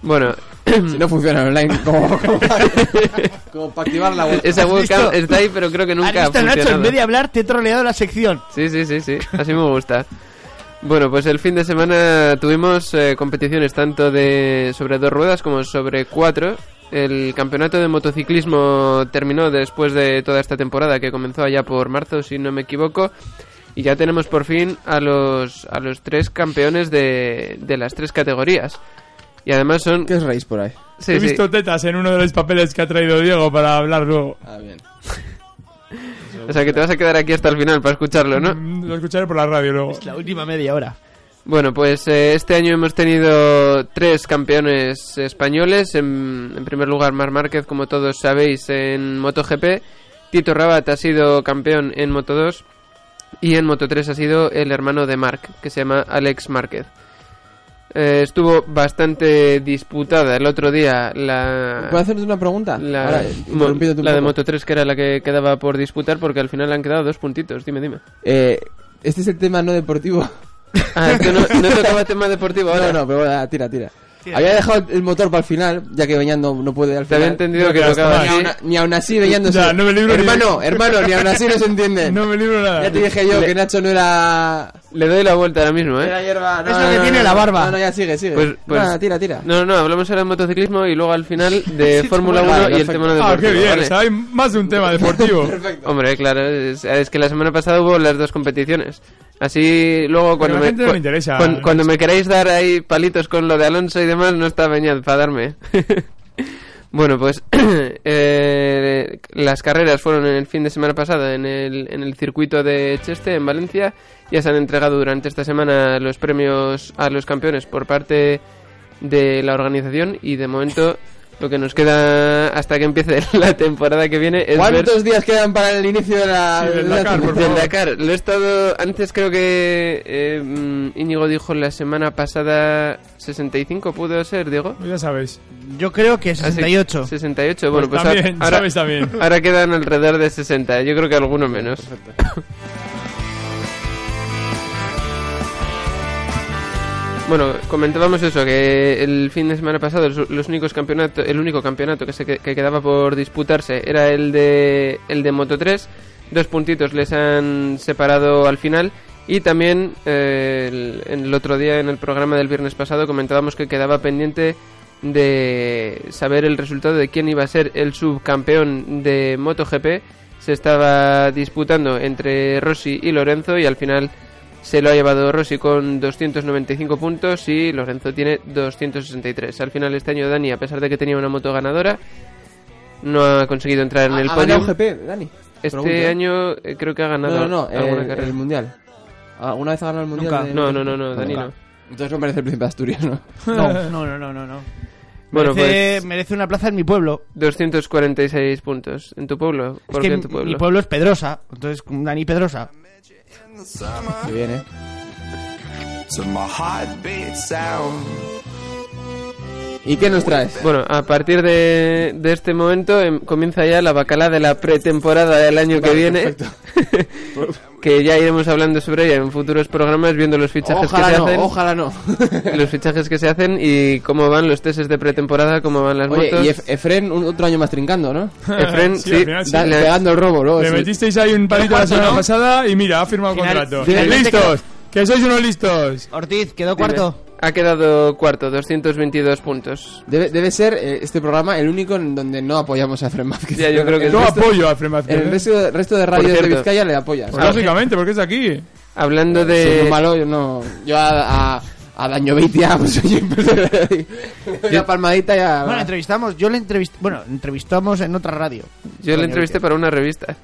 B: Bueno,
A: Si no funciona online, como, como, para, como para activar la web.
B: esa webcam
G: visto?
B: está ahí, pero creo que
G: ¿Has
B: nunca ha
G: visto, Ah, Nacho? En
B: funcionado.
G: vez de hablar, te he troleado la sección.
B: Sí, sí, sí, sí. Así me gusta. Bueno, pues el fin de semana tuvimos eh, competiciones tanto de sobre dos ruedas como sobre cuatro. El campeonato de motociclismo terminó después de toda esta temporada que comenzó allá por marzo, si no me equivoco. Y ya tenemos por fin a los, a los tres campeones de, de las tres categorías. Y además son...
A: ¿Qué os reís por ahí?
B: Sí,
F: He
B: sí.
F: visto tetas en uno de los papeles que ha traído Diego para hablar luego.
A: Ah, bien.
B: O sea que te vas a quedar aquí hasta el final para escucharlo, ¿no?
F: Mm, Lo escucharé por la radio luego.
G: Es la última media hora.
B: Bueno, pues eh, este año hemos tenido tres campeones españoles. En, en primer lugar, Mar Márquez, como todos sabéis, en MotoGP. Tito Rabat ha sido campeón en Moto2. Y en Moto3 ha sido el hermano de Marc, que se llama Alex Márquez. Eh, estuvo bastante disputada el otro día la,
A: ¿Puedo hacerte una pregunta?
B: la,
A: Ahora,
B: mo-
A: interrumpiéndote un
B: la de
A: poco.
B: Moto3, que era la que quedaba por disputar, porque al final han quedado dos puntitos. Dime, dime.
A: Eh, este es el tema no deportivo.
B: Ah, esto no, no tocaba tema deportivo ahora.
A: No, no, pero bueno, ah, tira, tira. Había dejado el- el motor para el final, ya que Beñán no, no puede al
B: Te había
A: final.
B: entendido
F: No,
B: que
F: que hasta
B: tocaba
F: mal.
B: aquí.
A: Ni aun- Ni aún así Beñán no
F: Ya,
A: se-
F: no me libro ni-
A: Hermano, hermano, ni aún así no se entiende.
F: No me libro nada.
A: Ya te dije yo
B: Le-
A: que Nacho no era...
B: Le doy la vuelta ahora mismo,
A: Era
B: ¿eh?
A: hierba. no,
G: Es lo
A: no,
G: que
A: no,
G: tiene
A: no,
G: la
A: no.
G: barba.
A: No, no, ya sigue, sigue.
B: Pues- pues-
A: Nada, tira, tira.
B: No, no, hablamos ahora de motociclismo y luego al final de Fórmula 1
A: Vale,
B: y el
A: perfecto.
B: tema no
F: Ah,
B: deportivo.
F: qué bien.
B: ¿vale?
F: o sea, hay más de un tema deportivo.
B: Hombre, claro, es, es que la semana pasada hubo las dos competiciones. Así luego cuando
F: la
B: me,
F: gente no
B: cu-
F: le interesa.
B: cuan- cuando me queráis dar ahí palitos con lo de Alonso y demás, no está Beñat para darme. bueno, pues eh, las carreras fueron el fin de semana pasada en el, en el circuito de Cheste, en Valencia. Ya se han entregado durante esta semana los premios a los campeones por parte de la organización y de momento lo que nos queda hasta que empiece la temporada que viene es ver...
A: ¿Cuántos días quedan para el inicio de la...
F: Sí, del
A: de la-
F: Dakar, por
B: Del
F: favor.
B: Dakar, lo he estado. Antes creo que. eh, mm, Íñigo dijo la semana pasada 65, ¿pudo ser, Diego?
F: Pues Ya sabes.
G: Yo creo que
B: Así-
G: 68.
B: 68, bueno, pues,
F: Pues
B: a-
F: también,
B: ahora,
F: sabes también.
B: ahora quedan alrededor de 60, yo creo que alguno menos. Bueno, comentábamos eso, que el fin de semana pasado los, los únicos campeonato, el único campeonato que, se, que- que quedaba por disputarse era el de, el de Moto 3. Dos puntitos les han separado al final. Y también eh, el, en el otro día, en el programa del viernes pasado, comentábamos que quedaba pendiente de saber el resultado de quién iba a ser el subcampeón de MotoGP. Se estaba disputando entre Rossi y Lorenzo y al final se lo ha llevado Rossi con 295 puntos y Lorenzo tiene 263. Al final este año Dani, a pesar de que tenía una moto ganadora, no ha conseguido entrar en el
A: ¿Ha ganado
B: podio.
A: un GP, Dani?
B: Este
A: Pregunto.
B: año eh, creo que ha
A: No,
B: ganado
A: no, no,
B: alguna
A: el,
B: carrera.
A: el Mundial. ¿Alguna vez ha ganado el Mundial?
G: Nunca.
A: de-
B: No, no, no, no,
A: Ah,
B: Dani
A: nunca.
B: no.
A: Entonces no merece el Príncipe de Asturias, ¿no?
G: No, no, no, no, no. no.
B: Bueno,
G: merece,
B: pues
G: merece una plaza en mi pueblo.
B: 246 puntos. ¿En tu pueblo?
G: Es
B: ¿Por
G: que
B: qué en
G: mi-
B: tu pueblo?
G: mi pueblo es Pedrosa. Entonces, Dani Pedrosa.
A: Qué bien, ¿eh?
D: To my heartbeat sound.
A: ¿Y qué nos traes?
B: Bueno, a partir de, de este momento em, comienza ya la bacala de la pretemporada del año que viene. que ya iremos hablando sobre ella en futuros programas, viendo los fichajes que
A: Ojalá
B: se
A: no,
B: hacen.
A: ojalá no.
B: Los fichajes que se hacen y cómo van los tests de pretemporada, cómo van las
A: Oye,
B: motos.
A: y Ef- Efren un- otro año más trincando, ¿no?
B: Efren,
F: Sí,
B: sí,
F: al final sí.
A: Da-
B: le-
A: pegando el robo, luego.
F: Le
A: sí.
F: metisteis ahí un palito la semana pasada y mira, ha firmado
G: Final-
F: contrato.
G: finalmente
F: ¡Listos! ¡Que sois unos listos!
G: Ortiz, quedó
B: dime.
G: cuarto.
B: Ha quedado cuarto, 222 puntos.
A: Debe, debe ser eh, este programa el único en donde no apoyamos a Efren Vázquez.
B: Ya, yo creo que
A: En
B: El
F: Yo
B: resto-
F: apoyo a Fred Vázquez,
A: el
F: ¿eh?
A: resto, el resto de radios de
B: cierto.
A: Vizcaya le apoyas.
F: Pues lógicamente, porque es aquí.
B: Hablando
A: Soy muy
B: de...
A: malo, yo no. Yo a, a, a Daño Beitia, pues oye, una palmadita ya.
G: Bueno, entrevistamos. Yo le entrevisté. Bueno, entrevistamos en otra radio.
B: Yo le entrevisté para una revista.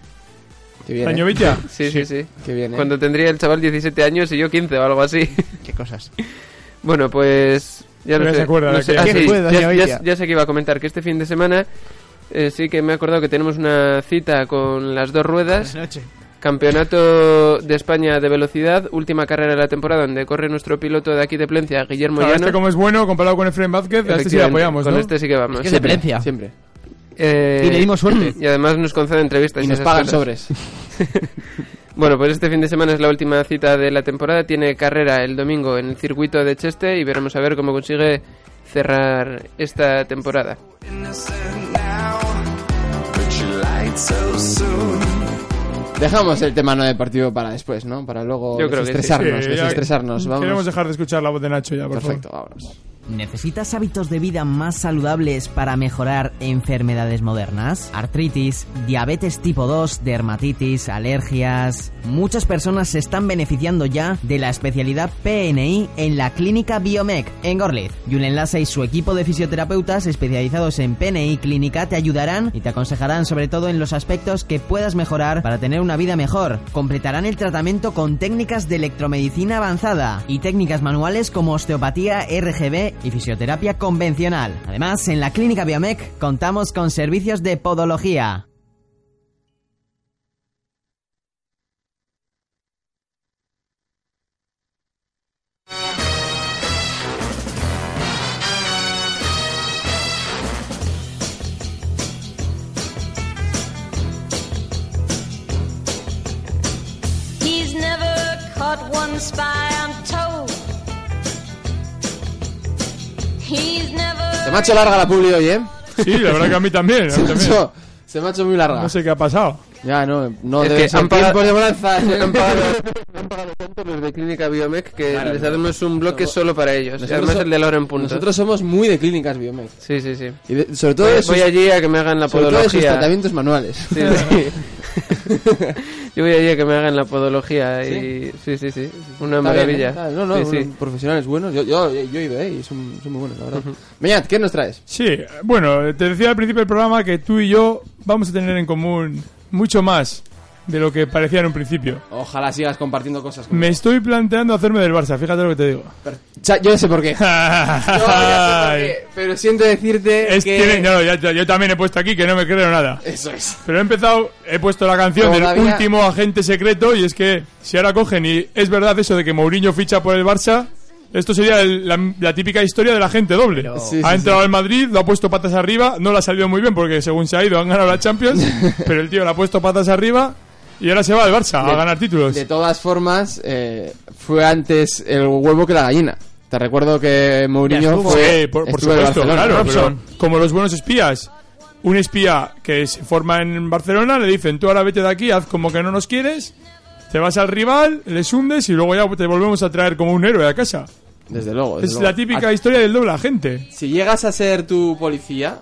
A: qué bien. eh,
F: Dañovitia.
B: Sí, sí, sí.
A: Qué bien, eh.
B: Cuando tendría el chaval 17 años y yo 15 o algo así.
G: Qué cosas.
B: Bueno, pues Ya
F: Ya
B: lo
F: se
B: sé.
F: acuerda
B: No
F: de
B: sé.
F: que-
B: Ah,
G: ¿Qué
B: sí,
G: fue, doña
B: ya,
G: Oitia?
B: ya- ya sé que iba a comentar que este fin de semana eh, sí que me he acordado que tenemos una cita con las dos ruedas.
G: Noche.
B: Campeonato de España de velocidad, última carrera de la temporada donde corre nuestro piloto de aquí de Plencia, Guillermo
F: Claro,
B: Llano.
F: este como es bueno comparado con Efraín Vázquez, a este sí le
B: Efectivamente,
F: apoyamos,
B: Con
F: ¿no?
B: este sí que vamos.
G: Es de Plencia.
A: Siempre.
B: Eh,
G: Y le dimos suerte.
B: Y además nos concede entrevistas.
A: Y nos
B: esas
A: pagan
B: cosas.
A: sobres.
B: Bueno, pues este fin de semana es la última cita de la temporada. Tiene carrera el domingo en el circuito de Cheste y veremos a ver cómo consigue cerrar esta temporada.
A: Dejamos el tema no deportivo para después, ¿no? Para luego
B: Yo creo que sí.
A: desestresarnos,
F: Sí, ya-
A: desestresarnos.
F: Queremos
A: Vamos.
F: dejar de escuchar la voz de Nacho ya, por
A: Perfecto, vámonos.
H: ¿Necesitas hábitos de vida más saludables para mejorar enfermedades modernas? Artritis, diabetes tipo 2, dermatitis, alergias. Muchas personas se están beneficiando ya de la especialidad PNI en la clínica Biomec en Gorliz. Julen Enlace y su equipo de fisioterapeutas especializados en PNI clínica te ayudarán y te aconsejarán sobre todo en los aspectos que puedas mejorar para tener una vida mejor. Completarán el tratamiento con técnicas de electromedicina avanzada y técnicas manuales como osteopatía RGB y fisioterapia convencional. Además, en la clínica Biomec contamos con servicios de podología.
E: He's never caught one spy, I'm told. He's
A: Se
E: never.
A: me ha hecho larga la publi hoy, ¿eh?
F: favor. Sí, la verdad que a mí también. a mí
A: Se me ha
F: también.
A: hecho, se me ha hecho muy larga.
F: No sé qué ha pasado.
A: Ya, no, no
B: Es
A: debe
B: que
A: ser
B: han pagado-
A: tiempos de bonanza.
B: han, pagado, han pagado tanto los de Clínica Biomec que
A: Claro,
B: les
A: no.
B: hacemos un bloque solo para ellos.
A: Nosotros
B: Además
A: so-
B: el de la hora en punto.
A: Nosotros somos muy de clínicas biomec.
B: Sí, sí, sí.
A: Y de- sobre todo
B: Voy,
A: de sus,
B: voy allí a que me hagan la
A: sobre todo de sus
B: podología.
A: tratamientos manuales.
B: Sí, sí. Yo voy allí a que me hagan la podología y sí, sí, sí. Una
A: Está bien,
B: maravilla.
A: ¿eh? Está- No, no,
B: Sí,
A: unos
B: sí.
A: profesionales buenos. Yo, yo, yo he ido, ¿eh? Y son, son muy buenos, la verdad. Beñat, ¿qué nos traes?
F: Sí, bueno, te decía al principio del programa que tú y yo vamos a tener en común mucho más de lo que parecía en un principio.
A: Ojalá sigas compartiendo cosas con...
F: Me estoy planteando hacerme del Barça, fíjate lo que te digo.
A: Cha- Yo sé por qué. Yo ya sé por
F: Ay.
A: qué, Pero siento decirte
F: Es-
A: que...
F: tiene- no, ya- ya- yo también he puesto aquí que no me creo nada.
A: Eso es.
F: Pero he empezado, he puesto la canción
A: Todavía-
F: del último agente secreto y es que si ahora cogen y es verdad eso de que Mourinho ficha por el Barça, esto sería el- la, la típica historia del agente doble.
A: Sí,
F: ha
A: sí,
F: entrado al Madrid, lo ha puesto patas arriba, no le ha salido muy bien porque según se ha ido han ganado la Champions, pero el tío le ha puesto patas arriba y ahora se va al Barça a
A: De-
F: ganar títulos.
A: De todas formas, eh, fue antes el huevo que la gallina. Te recuerdo que
G: Ya
A: Mourinho
G: estuvo.
A: fue...
F: Sí, Eh, por, por
A: estuvo en
F: supuesto,
A: Barcelona,
F: claro.
A: ¿no?
F: pero como los buenos espías, un espía que se forma en Barcelona le dicen, tú ahora vete de aquí, haz como que no nos quieres, te vas al rival, les hundes y luego ya te volvemos a traer como un héroe a casa.
A: Desde luego,
G: Pues
A: desde
F: Es
A: luego.
F: la típica
A: A-
F: historia del doble agente.
A: Si llegas a ser tu policía...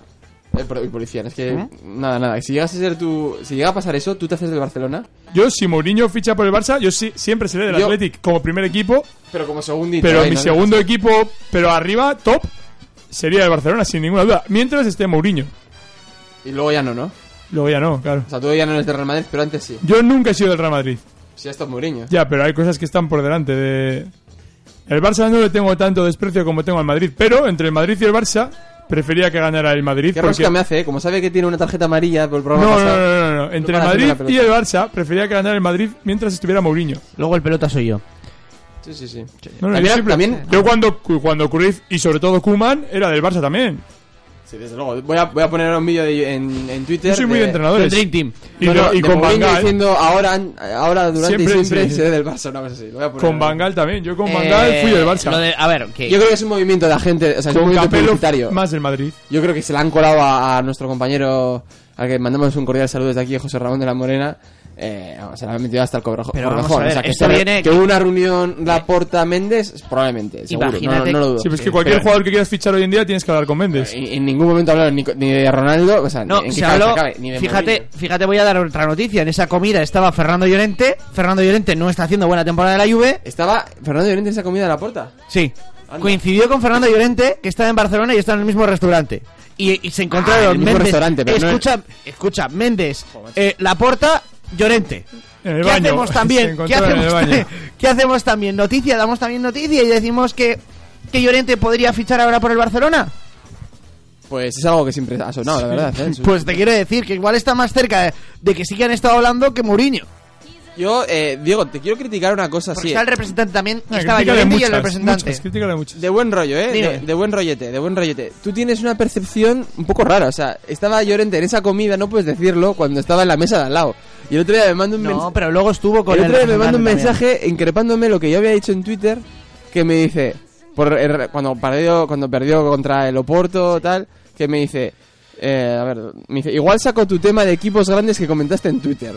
A: eh, pro- policía, es que... Nada, nada. Si llegas a ser tu... Si llega a pasar eso, tú te haces del Barcelona,
F: Yo, si Mourinho ficha por el Barça, yo sí- siempre seré del
A: Yo-
F: Athletic como primer equipo,
A: pero como segundito.
F: pero
A: ahí,
F: mi
A: ¿no?
F: segundo equipo, pero arriba, top, sería el Barcelona, sin ninguna duda. Mientras esté Mourinho.
A: Y luego ya no, ¿no?
F: Luego ya no, claro.
A: O sea, tú ya no eres de Real Madrid, pero antes sí.
F: Yo nunca he sido del Real Madrid.
A: Si ya estás Mourinho.
F: Ya, pero hay cosas que están por delante de... El Barça no le tengo tanto desprecio como tengo al Madrid, pero entre el Madrid y el Barça prefería que ganara el Madrid.
A: Qué
F: porque...
A: rosca me hace, ¿eh? Como sabe que tiene una tarjeta amarilla pues, por el
F: no,
A: programa
F: no, no,
A: pasado.
F: no, no, no. Entre el
A: para hacerme
F: Madrid
A: la
F: y
A: pelota.
F: el Barça prefería que ganara el Madrid mientras estuviera Mourinho.
G: Luego el pelota soy yo.
A: Sí, sí, sí.
F: No, no,
A: También-
F: yo, siempre-
A: también-
F: yo cuando, cu- cuando Cruyff y sobre todo Kuman era del Barça también.
A: Sí, desde luego. Voy a, voy a poner un vídeo de- en, en Twitter.
F: Yo soy muy de entrenadores.
G: Dream Team.
F: Y,
A: no, no,
F: lo-
A: de
F: y con
A: Mourinho
F: Bangal,
A: diciendo ahora, ahora durante
F: Siempre,
A: y siempre
F: sí.
A: se ve del Barça, una cosa así. Lo voy a poner.
F: con Bangal también. Yo con Bangal fui del Barça.
G: Eh, lo de- a ver, que
A: Yo creo que es un movimiento de la gente, o sea, es un
F: con
A: movimiento
F: Capello
A: publicitario.
F: más del Madrid.
A: Yo creo que se la han colado a, a nuestro compañero, al que mandamos un cordial saludo desde aquí, José Ramón de la Morena. Eh, vamos, se la han metido hasta el cobrajo.
G: Pero vamos a ver,
A: o sea, que,
G: esto
A: se-
G: viene- eh,
A: que hubo una reunión Laporta Méndez, probablemente, seguro. No, no,
G: Imagínate-
A: no lo dudo.
F: Sí, pero es que cualquier
A: Pero-
F: jugador que quieras fichar hoy en día tienes que hablar con Méndez.
A: En, en ningún momento hablaron ni, co- ni de Ronaldo, o sea,
G: No,
A: ni, en qué
G: se
A: cabeza
G: habló.
A: cabe, ni de
G: Fíjate,
A: Mourinho.
G: fíjate, voy a dar otra noticia. En esa comida estaba Fernando Llorente. Fernando Llorente no está haciendo buena temporada de la Juve.
A: ¿Estaba Fernando Llorente en esa comida de la puerta?
G: Sí.
A: Anda.
G: Coincidió con Fernando Llorente, que estaba en Barcelona y está en el mismo restaurante. Y, y se encontraron
A: Ah, en el mismo
G: Méndez-
A: restaurante, pero no
G: escucha, escucha, Méndez, eh, Laporta, Llorente.
F: En el
G: ¿Qué
F: baño.
G: hacemos
F: Se
G: también? ¿Qué
F: encontraron en
G: hacemos,
F: el baño.
G: ¿Qué hacemos también? Noticia, damos también noticia y decimos que que Llorente podría fichar ahora por el Barcelona?
A: Pues es algo que siempre ha sonado, la verdad. ¿eh?
G: Pues te quiero decir que igual está más cerca de que sí que han estado hablando que Mourinho.
A: Yo, eh, Diego, te quiero criticar una cosa así.
G: Porque está el representante también,
F: Una
G: estaba
F: crítica Ah, de
G: Llorente y el
F: muchas,
G: representante.
F: muchas, crítica de muchas.
A: De buen rollo, ¿eh?
G: Dime.
A: De, de buen rollete, de buen rollete. Tú tienes una percepción un poco rara, o sea, estaba Llorente en esa comida, no puedes decirlo, cuando estaba en la mesa de al lado. Y el otro día me mandó un,
G: No,
A: mens-
G: pero luego estuvo con
A: el
G: el,
A: otro día me mandó un
G: representante también.
A: mensaje increpándome lo que yo había dicho en Twitter, que me dice, por, er- cuando, perdió, cuando perdió contra el Oporto, tal, que me dice, eh, a ver, me dice, igual saco tu tema de equipos grandes que comentaste en Twitter.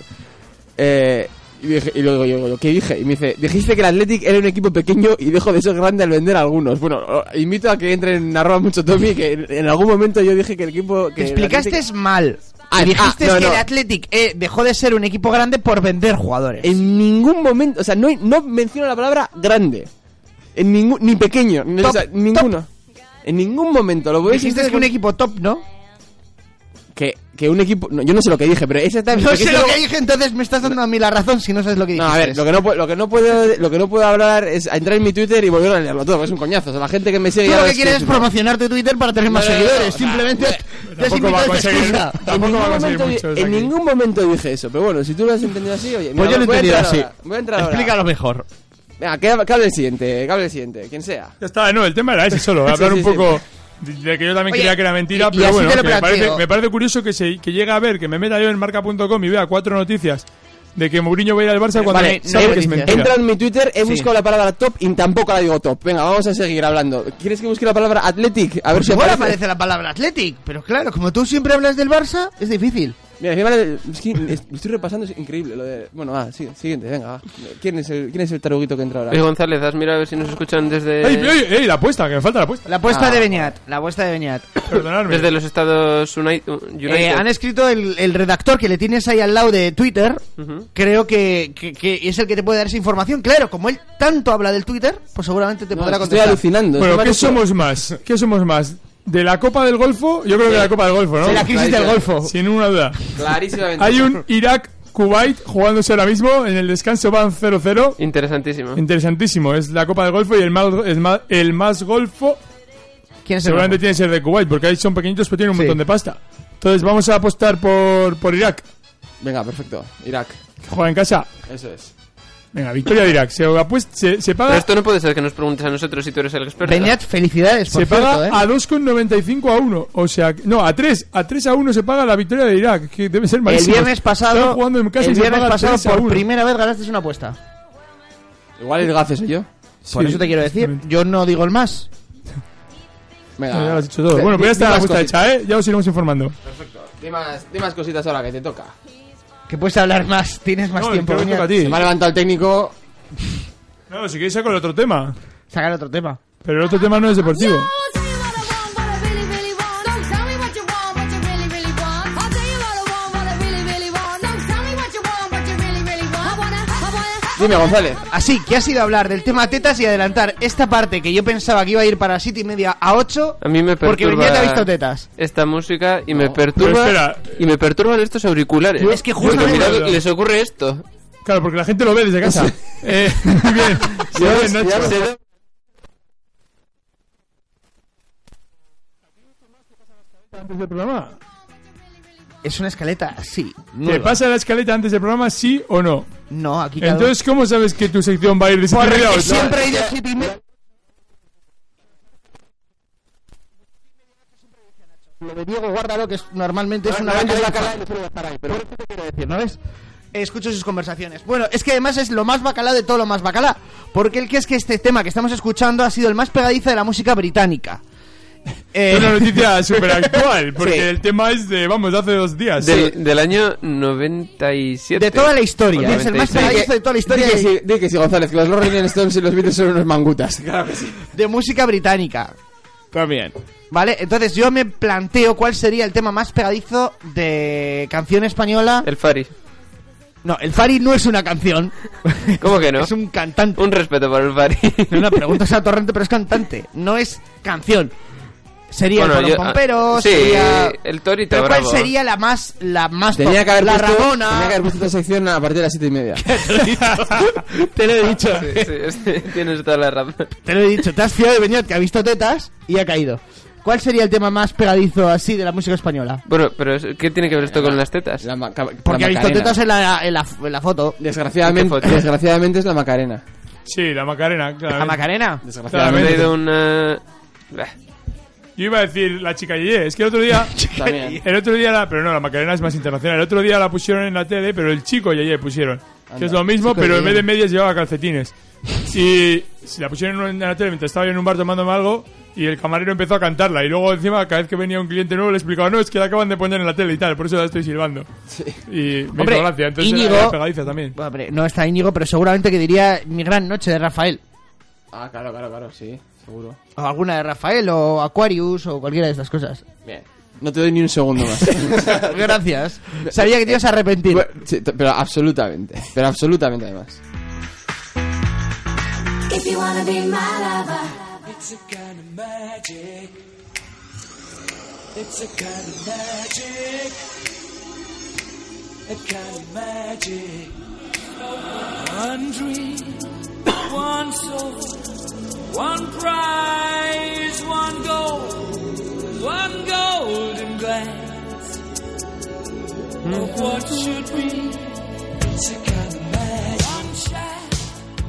A: Eh, y, dije, y luego yo, yo, ¿qué dije? Y me dice, dijiste que el Athletic era un equipo pequeño y dejo de ser grande al vender a algunos. Bueno, o- invito a que entren en arroba mucho Tommy, que en, en algún momento yo dije que el equipo... Que
G: Te
A: el
G: explicaste
A: Athletic-
G: mal.
A: Ah,
G: Dijiste
A: ah, no,
G: que
A: no.
G: el Athletic eh, dejó de ser un equipo grande por vender jugadores.
A: En ningún momento, o sea, no, hay- no menciono la palabra grande. En ningún, ni pequeño, ni- o sea,
G: Top,
A: ninguno. En ningún momento lo podéis
G: Dijiste que un equipo top, ¿no?
A: que, que un equipo. no, yo no sé lo que dije, pero esa está.
G: No sé lo que dije, entonces me estás dando a mí la razón si no sabes lo que
A: No,
G: dijiste.
A: a ver, lo que no, pu- lo que no puedo, lo que no puedo hablar es a entrar en mi Twitter y volver a leerlo todo, porque es un coñazo. O sea, la gente que me sigue.
G: Tú
A: ya
G: lo
A: lo
G: que quieres es
A: escribe.
G: promocionar tu Twitter para tener más
A: No, no, no,
G: seguidores.
A: no,
G: Simplemente te has
F: Tampoco va a
G: inventado esta
F: conseguir-
G: excusa. Pues
A: En
F: Tampoco
A: ningún,
F: va a conseguir
A: momento, di-
F: mucho, o sea
A: en
F: que-
A: ningún momento dije eso, pero bueno, si tú lo has entendido así, oye,
G: Pues
A: mira,
G: yo lo he
A: voy a
G: entendido
A: entrar
G: así.
A: ahora, voy a entrar ahora.
G: Explícalo mejor.
A: Venga, que, que hable el siguiente, que hable el siguiente, quien sea.
F: Ya está, no, el tema era ese solo,
A: Sí,
F: hablar
A: sí,
F: un
A: sí.
F: poco de de que yo también
G: Oye,
F: creía que era mentira,
G: y- y
F: pero
G: así
F: bueno,
G: te lo
F: que me,
G: planteo.
F: parece, me parece curioso que, se, que llega a ver, que me meta yo en marca.com y vea cuatro noticias de que Mourinho va a ir al Barça cuando
G: Eh, vale,
F: sabe
G: no
F: que es
G: noticias.
F: mentira.
A: Entra en mi Twitter, he buscado la palabra top y tampoco la digo top. Venga, vamos a seguir hablando. ¿Quieres que busque la palabra athletic? A ver si
G: Igual
A: aparece.
G: aparece la palabra Athletic, pero claro, como tú siempre hablas del Barça, es difícil.
A: Mira, encima le- es que es- lo estoy repasando, es increíble lo de... Bueno, va, sí, siguiente, venga, va. ¿Quién es el, quién es el taruguito que entra ahora?
B: Luis González, has mirado a ver si nos escuchan desde,
F: Ey, ey, ey, la apuesta, que me falta la apuesta.
G: La apuesta
A: Ah.
G: de Beñat, la apuesta de Beñat.
F: Perdonadme.
B: desde los Estados Unai- uh, United.
G: Eh, han escrito el, el redactor que le tienes ahí al lado de Twitter.
B: Ujú.
G: Creo que, que- que es el que te puede dar esa información. Claro, como él tanto habla del Twitter, pues seguramente te
A: No,
G: podrá
A: estoy
G: contestar.
A: alucinando.
F: Bueno,
A: estoy
F: ¿qué
A: maluco.
F: somos más? ¿Qué somos más? ¿De la Copa del Golfo? Yo creo que de la Copa del Golfo, ¿no?
G: De la crisis del Golfo.
F: Sin ninguna duda.
A: Clarísimamente.
F: Hay un Irak-Kuwait jugándose ahora mismo, en el descanso van 0-0.
B: Interesantísimo.
F: Interesantísimo, es la Copa del Golfo y el más, el más, el más golfo
G: ¿Quién es el
F: seguramente
G: mejor?
F: tiene que ser de Kuwait, porque ahí son pequeñitos pero tienen un
G: Sí.
F: montón de pasta. Entonces vamos a apostar por, por Irak,
A: Venga, perfecto. Irak,
F: que juega en casa.
A: eso es.
F: Venga, victoria de Irak. Se, apuest- se, se
B: Pero
F: paga,
B: esto no puede ser que nos preguntes a nosotros si tú eres el experto.
G: Beñat, felicidades, por
F: se
G: cierto,
F: paga
G: ¿eh?
F: a 2,95 a 1. O sea, que- no, a 3. A 3 a 1 se paga la victoria de Irak, que debe ser
G: El
F: malísimo.
G: viernes
F: Están
G: pasado,
F: jugando en casa
G: el
F: y se
G: viernes
F: paga
G: pasado
F: 3 a
G: por
F: 1.
G: primera vez ganaste una apuesta.
A: Igual el gafe soy yo.
G: Por
F: Sí,
G: eso te quiero decir,
F: exactamente.
G: yo no digo el más.
F: Ah, ya lo
A: Venga.
F: has dicho todo. Bueno, pues ya
A: Di-
F: está
A: di
F: la
A: más
F: apuesta
A: cositas.
F: hecha, ¿eh? Ya os iremos informando.
A: Di más, di más cositas ahora que te toca.
G: Que puedes hablar más, tienes más
F: No,
G: tiempo.
F: creo que
G: Beñat.
F: toca a
A: Se
F: ti.
A: me ha levantado el técnico.
F: No, si queréis sacar otro tema.
G: Sacar otro tema.
F: Pero el otro tema no es deportivo.
A: Dime, González.
G: Así que ha sido hablar del tema tetas y adelantar esta parte que yo pensaba que iba a ir para siete y media a 8
B: A mí me perturba
G: porque Beñat ha visto tetas.
B: esta música y me
F: Pero
B: perturba
F: espera.
B: y me perturban estos auriculares.
G: Yo es que justo-
B: Porque mirad, les ocurre esto.
F: Claro, porque la gente lo ve desde casa. eh, muy bien. Muy bien, Nacho.
B: Se da-
F: Antes del programa.
G: Es una escaleta, sí.
F: ¿Te
G: nueva.
F: pasa la escaleta antes del programa, sí o no?
G: No, aquí cada-
F: Entonces, ¿cómo sabes que tu sección va a ir de siete y media a
G: Porque
F: ocho?
G: siempre he ido siete y media. Lo de Diego Guárdalo, que es- normalmente es una vaca de la calada ¿no ves? Escucho sus conversaciones. Bueno, es que además es lo más bacalá de todo lo más bacalá. Porque el que es que este tema que estamos escuchando ha sido el más pegadiza de la música británica. Eh,
F: Es una noticia súper actual, porque
G: Sí.
F: el tema es de, vamos, de hace dos
G: Pues
F: días.
B: Del, del año 97.
G: de toda la historia.
B: Bueno,
G: es el más
B: 96.
G: pegadizo de toda la historia.
A: Di que,
G: de-
A: sí, di que sí, González, que los Rolling Stones y los Beatles son unos mangutas. Claro que sí.
G: de música británica. También. Vale, entonces yo me planteo cuál sería el tema más pegadizo de canción española.
B: El Fari.
G: No, el Fari no es una canción.
B: ¿Cómo que no?
G: Es un cantante.
B: Un respeto para el Fari.
G: No, Una pregunta es a Torrente, pero es cantante. No es canción. Sería
B: Bueno,
G: el Colón
B: yo-
G: Pompero,
B: sí,
G: sería...
B: el Torito
G: ¿Pero cuál
B: Bravo.
G: sería la más... La más top?
A: Tenía que haber
G: La
A: puesto,
G: Ramona.
A: tenía que haber puesto esta sección a partir de las siete y media.
G: Te lo he dicho.
B: Sí, sí, sí, tienes toda la razón.
G: Te lo he dicho. Te has fiado de Beñat, que ha visto tetas y ha caído. ¿Cuál sería el tema más pegadizo así de la música española?
B: Bueno, pero es- ¿qué tiene que ver esto con las tetas?
A: La ma- ca-
G: Porque
A: la
G: ha visto
A: Macarena.
G: tetas en la, en la, en la foto.
A: Desgraciadamente,
B: Qué foto.
A: desgraciadamente es la Macarena.
F: Sí, la Macarena,
G: ¿La
F: claramente.
G: Macarena?
B: Me he
F: Claramente.
B: traído una... Bah,
F: Yo iba a decir la chica Yeye. Es que el otro día...
A: También.
F: El otro día la... Pero no, la Macarena es más internacional. El otro día la pusieron en la tele, pero el chico Yeye pusieron. Que es lo mismo,
A: Chico
F: pero en
A: Yeye.
F: vez de medias llevaba calcetines. Y si la pusieron en la tele mientras estaba yo en un bar tomándome algo y el camarero empezó a cantarla. Y luego encima, cada vez que venía un cliente nuevo, le explicaba, no, es que la acaban de poner en la tele y tal, por eso la estoy silbando. Y me
G: Hombre,
F: hizo gracia. Entonces era-
G: Íñigo-
F: era pegadiza también.
G: Bueno, hombre, Eh, no está Íñigo, pero seguramente que diría Mi Gran Noche de Rafael.
A: Ah, claro, claro, claro, sí, seguro.
G: O alguna de Rafael, o Aquarius, o cualquiera de estas cosas.
A: Bien. No te doy ni un segundo más.
G: Gracias. Sabía que te ibas a arrepentir.
A: Bueno, sí, t- pero absolutamente. Pero absolutamente además.
E: If you wanna be my lover,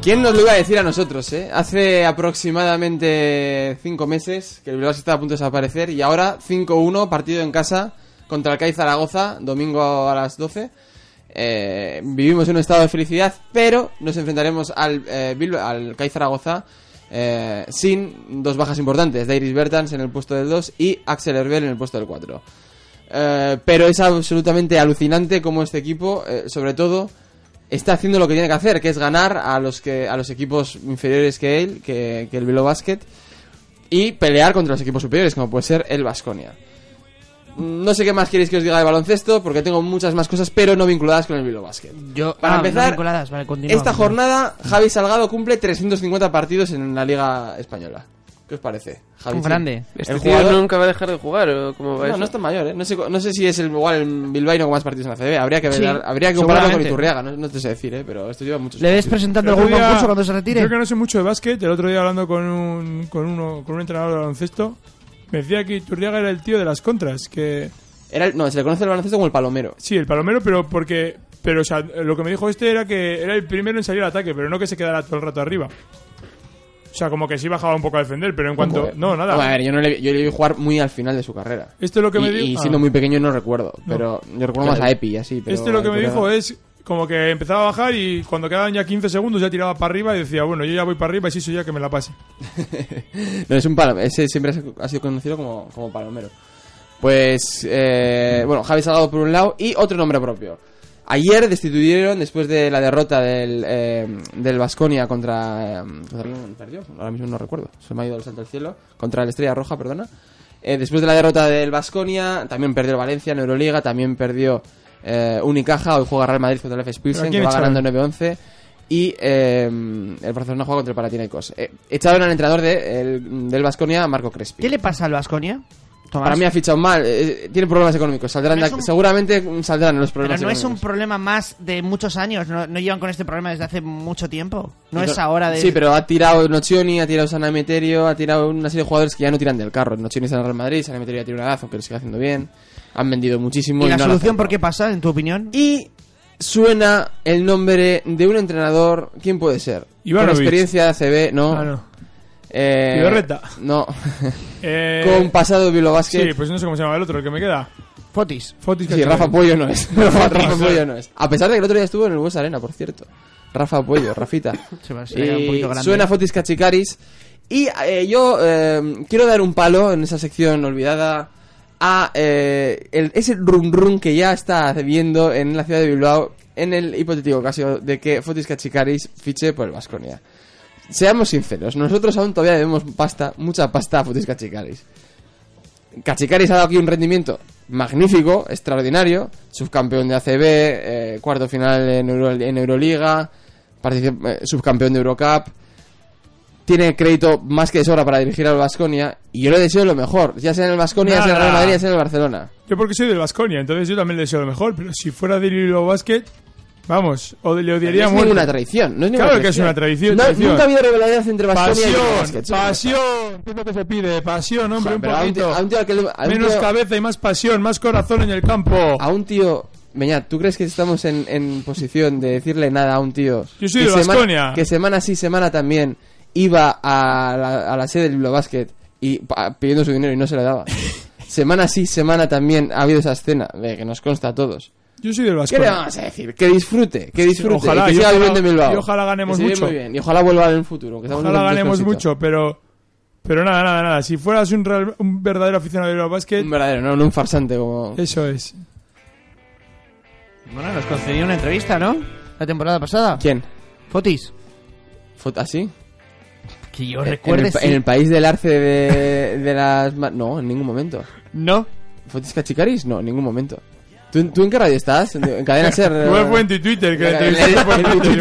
A: ¿Quién nos lo iba a decir a nosotros, eh? Hace aproximadamente cinco meses que el Bilbao se estaba a punto de desaparecer y ahora 5-1, partido en casa contra el CAI Zaragoza, domingo a las 12. Eh, vivimos en un estado de felicidad, pero nos enfrentaremos al, eh, Bilbao- al CAI Zaragoza eh, sin dos bajas importantes, Dairis Bertans en el puesto del 2 y Axel Herbel en el puesto del 4. Eh, pero es absolutamente alucinante cómo este equipo, eh, sobre todo, está haciendo lo que tiene que hacer, que es ganar a los que a los equipos inferiores que él, que, que el Bilbao Basket, y pelear contra los equipos superiores, como puede ser el Vasconia. No sé qué más queréis que os diga de baloncesto, porque tengo muchas más cosas, pero no vinculadas con el Bilbao Basket.
G: Yo,
A: Para
G: ah, no
A: empezar,
G: vinculadas, vale, continúa,
A: esta
G: continúa.
A: jornada Javi Salgado cumple 350 partidos en la Liga Española. ¿Qué os parece? Javi,
G: Un grande.
B: ¿Este
A: el
B: tío
A: jugador-
B: nunca va a dejar de jugar o cómo
A: no,
B: va eso?
A: no es tan mayor, ¿eh? No sé, cu- no sé si es el, igual el bilbaíno con más partidos en la CB. Habría que, ver,
G: Sí,
A: habría que compararlo con
G: seguramente.
A: Iturriaga, no, no te sé decir, ¿eh? Pero esto lleva muchos
G: ¿Le ves
A: partidos.
G: presentando
F: El otro
G: algún
F: día-
G: concurso cuando se retire?
F: Yo que no sé mucho de básquet, el otro día hablando con un, con uno, con un entrenador de baloncesto, me decía que Iturriaga era el tío de las contras, que
A: Era el- no, se le conoce el baloncesto como el palomero.
F: sí, el palomero, pero porque pero o sea, lo que me dijo este era que era el primero en salir al ataque, pero no que se quedara todo el rato arriba. O sea, como que sí bajaba un poco a defender, pero en cuanto
A: Joder.
F: no, nada.
A: Vamos a ver, yo, no le, yo le vi jugar muy al final de su carrera.
F: Esto es lo que
A: y,
F: me dijo.
A: y siendo
F: Ah.
A: muy pequeño no recuerdo, pero yo recuerdo más a Epi y así. Pero
F: Esto es Este lo que me
A: Iturriaga-
F: dijo es como que empezaba a bajar y cuando quedaban ya 15 segundos ya tiraba para arriba y decía, bueno, yo ya voy para arriba y sí soy ya que me la pase.
A: No, es un palomero. Ese siempre ha sido conocido como, como palomero. Pues, eh, bueno, Javi Salgado por un lado y otro nombre propio. Ayer destituyeron, después de la derrota del, eh, del Vasconia contra, eh, contra quién perdió, ahora mismo no recuerdo, se me ha ido el santo al cielo, contra el Estrella Roja, perdona. Eh, después de la derrota del Vasconia, también perdió el Valencia en Euroliga, también perdió eh, Unicaja, hoy juega Real Madrid contra el FS Pilsen,
F: ¿Pero
A: que
F: quién
A: va
F: echaron?
A: ganando 9-11. Y eh, el Barcelona juega contra el Panathinaikos. Eh, echaron al entrenador de, el- del Vasconia, Marco Crespi.
G: ¿Qué le pasa al Vasconia?
A: Para mí ha fichado mal, eh, tiene problemas económicos. Saldrán
G: No
A: de
G: es un-
A: ac- Seguramente mm, saldrán los
G: Pero
A: problemas
G: no es un
A: económicos.
G: problema más de muchos años. No, no llevan con este problema desde hace mucho tiempo. No es
A: Entonces-
G: ahora de.
A: Sí, pero ha tirado Nocioni, ha tirado San Emeterio, ha tirado una serie de jugadores que ya no tiran del carro. Nocioni está en el Real Madrid, San Emeterio ya tiene una edad, aunque lo sigue haciendo bien. Han vendido muchísimo.
G: ¿Y la
A: no han
G: solución
A: acertado.
G: por qué pasa, en tu opinión?
A: Y suena el nombre de un entrenador. ¿Quién puede ser?
F: Ivanovic.
A: Con experiencia de ACB, no.
F: Ah, no.
A: Eh,
F: Ibarreta.
A: No.
F: Eh,
A: Con pasado de Bilbao Basket.
F: Sí, pues no sé cómo se llama el otro, el que me queda.
G: Fotis.
F: Fotis
A: Sí, Rafa
F: Cachorro.
A: Pollo no es. Rafa, Rafa Pollo no es. A pesar de que el otro día estuvo en el Hues Arena, por cierto. Rafa Pollo, Rafita.
G: Se me ha- se me ha quedado un
A: Y
G: poquito grande.
A: suena Fotis Cachicaris. Y eh, yo eh, quiero dar un palo en esa sección olvidada a eh, el- ese rum rum que ya está viendo en la ciudad de Bilbao en el hipotético caso de que Fotis Cachicaris fiche por el Vasconia. Seamos sinceros, nosotros aún todavía debemos pasta, mucha pasta a Fotis Cachicaris. Cachicaris ha dado aquí un rendimiento magnífico, extraordinario, subcampeón de ACB, eh, cuarto final en, Euro- en Euroliga, particip- eh, subcampeón de Eurocup. tiene crédito más que de sobra para dirigir al Vasconia. Y yo le deseo lo mejor, ya sea en el Vasconia, ya sea en el Real
F: Nada.
A: Madrid, ya sea en el Barcelona.
F: Yo porque soy del Vasconia, entonces yo también le deseo lo mejor, pero si fuera de Lilo Basket, vamos, o le odiaría
A: No es
F: mucho.
A: ninguna traición. No es ninguna
F: Claro que es
A: traición.
F: una traición,
A: No-
F: traición.
A: Nunca ha habido rivalidad entre Vasconia y Bilbao
F: Pasión,
A: Basket, sí.
F: pasión, es lo que se pide, pasión, hombre,
A: Joder,
F: un
A: pero a un tío-
F: poquito.
A: a un tío al que le- a un
F: Menos
A: tío-
F: cabeza y más pasión, más corazón en el campo.
A: a un tío. Meñat, ¿tú crees que estamos en, en posición de decirle nada a un tío
F: Yo soy
A: que,
F: de
A: semana,
F: Baskonia.
A: que semana sí, semana también iba a la, a la sede del Bilbao Basket y pa- pidiendo su dinero y no se le daba? semana sí, semana también ha habido esa escena de que nos consta a todos.
F: Yo soy del
A: ¿Qué le
F: Vasconia.
A: vamos a decir? Que disfrute, que disfrute.
F: Ojalá,
A: y que
F: y
A: siga
F: ojalá-
A: viviendo en Bilbao.
F: y ojalá ganemos
A: Que se lleve
F: mucho.
A: muy bien, y ojalá vuelva en el futuro. que estamos
F: Ojalá
A: en un
F: ganemos
A: despropósito.
F: mucho, pero pero nada, nada, nada. Si fueras un, real- un verdadero aficionado de Bilbao Basket,
A: Un verdadero, no, no un farsante como...
F: eso es.
A: Eh,
G: Bueno, nos concedió una entrevista, ¿no? La temporada pasada.
A: ¿Quién?
G: Fotis.
A: ¿Fot- ¿Ah, ¿Así?
G: Que yo
A: En
G: recuerde
A: el, pa- en el país del arce de, de las... ma- No, en ningún momento.
G: No.
A: ¿Fotis Cachicaris? No, en ningún momento. ¿Tú, en- tú en qué radio estás? ¿En, en cadena ser?
F: Igual fue en tu Twitter que
A: En-
F: la entrevistaste
A: en-
F: por
A: en-
F: Twitter,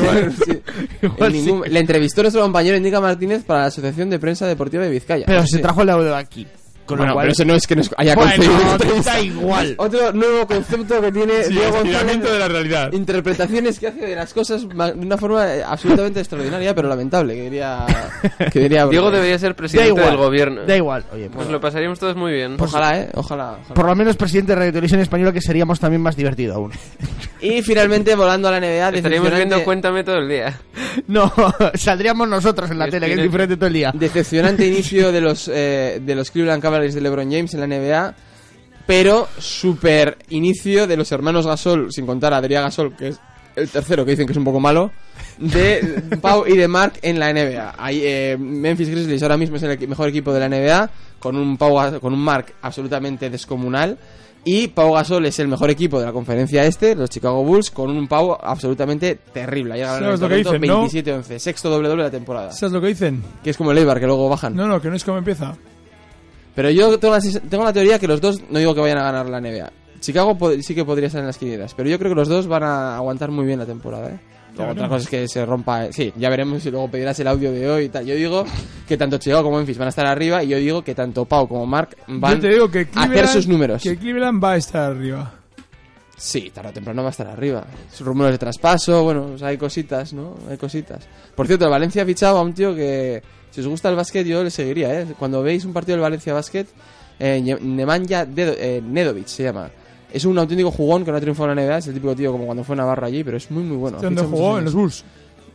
F: igual.
A: sí. En ningún- Le entrevistó nuestro compañero Indica Martínez para la Asociación de Prensa Deportiva de Vizcaya.
G: Pero
A: Sí.
G: se trajo el audio aquí. Con
A: Bueno,
G: lo cual...
A: pero eso no es que nos haya conseguido una
G: Bueno,
A: entrevista.
G: da igual.
A: Otro nuevo concepto que tiene
F: Sí,
A: Diego
F: estiramiento
A: González.
F: de la realidad.
A: Interpretaciones que hace de las cosas ma- de una forma eh, absolutamente extraordinaria, pero lamentable, que diría... Que diría
B: Diego debería ser
G: Da
B: presidente
G: igual.
B: del gobierno.
G: Da igual. Oye, pues,
B: Pues lo pasaríamos todos muy bien.
A: Ojalá, eh, ojalá. ojalá.
G: por lo menos presidente de Radio Televisión Española que seríamos también más divertido aún.
A: Y finalmente volando a la NBA,
B: Estaríamos viendo
A: decepcionante,
B: Cuéntame todo el día.
G: No, saldríamos nosotros en la tele, que es diferente todo el día.
A: decepcionante inicio de los eh, de los Cleveland Cavaliers de LeBron James en la NBA, pero super inicio de los hermanos Gasol, sin contar a Adrián Gasol, que es el tercero que dicen que es un poco malo, de Pau y de Mark en la NBA. Ahí, eh, Memphis Grizzlies ahora mismo es el equi- mejor equipo de la NBA, con un Pau Ga- con un Mark absolutamente descomunal. Y Pau Gasol es el mejor equipo de la conferencia este, los Chicago Bulls, con un Pau absolutamente terrible. Ha llegado en
F: ¿Sabes
A: este
F: lo que
A: momento
F: dicen, no?
A: 27-11, sexto doble doble de la temporada.
F: ¿Sabes lo que dicen?
A: Que es como el Eibar, que luego bajan.
F: No, no, que no es como empieza.
A: Pero yo tengo la, ses- tengo la teoría que los dos, no digo que vayan a ganar la NBA. Chicago po- sí que podría estar en las quinielas, pero yo creo que los dos van a aguantar muy bien la temporada, ¿eh? Luego, otra cosa
F: veremos.
A: es que se rompa. eh, Sí, ya veremos si luego pedirás el audio de hoy y tal. Yo digo que tanto Chicago como Memphis van a estar arriba y yo digo que tanto Pau como Mark van
F: Yo te digo que
A: a
F: Cleveland,
A: hacer sus números.
F: Que Cleveland va a estar arriba.
A: Sí, tarde o temprano va a estar arriba. Sus rumores de traspaso, bueno, o sea, hay cositas, ¿no? Hay cositas. Por cierto, el Valencia ha fichado a un tío que, si os gusta el básquet, yo le seguiría, ¿eh? Cuando veis un partido del Valencia Básquet, eh, Nye- Nemanja Dedo- eh, Nedovic se llama. Es un auténtico jugón que no ha triunfado en la NBA, es el típico tío como cuando fue Navarro allí, pero es muy, muy bueno.
F: Este, ¿Dónde
A: Ficha muchos
F: jugó? En los
A: años.
F: Bulls.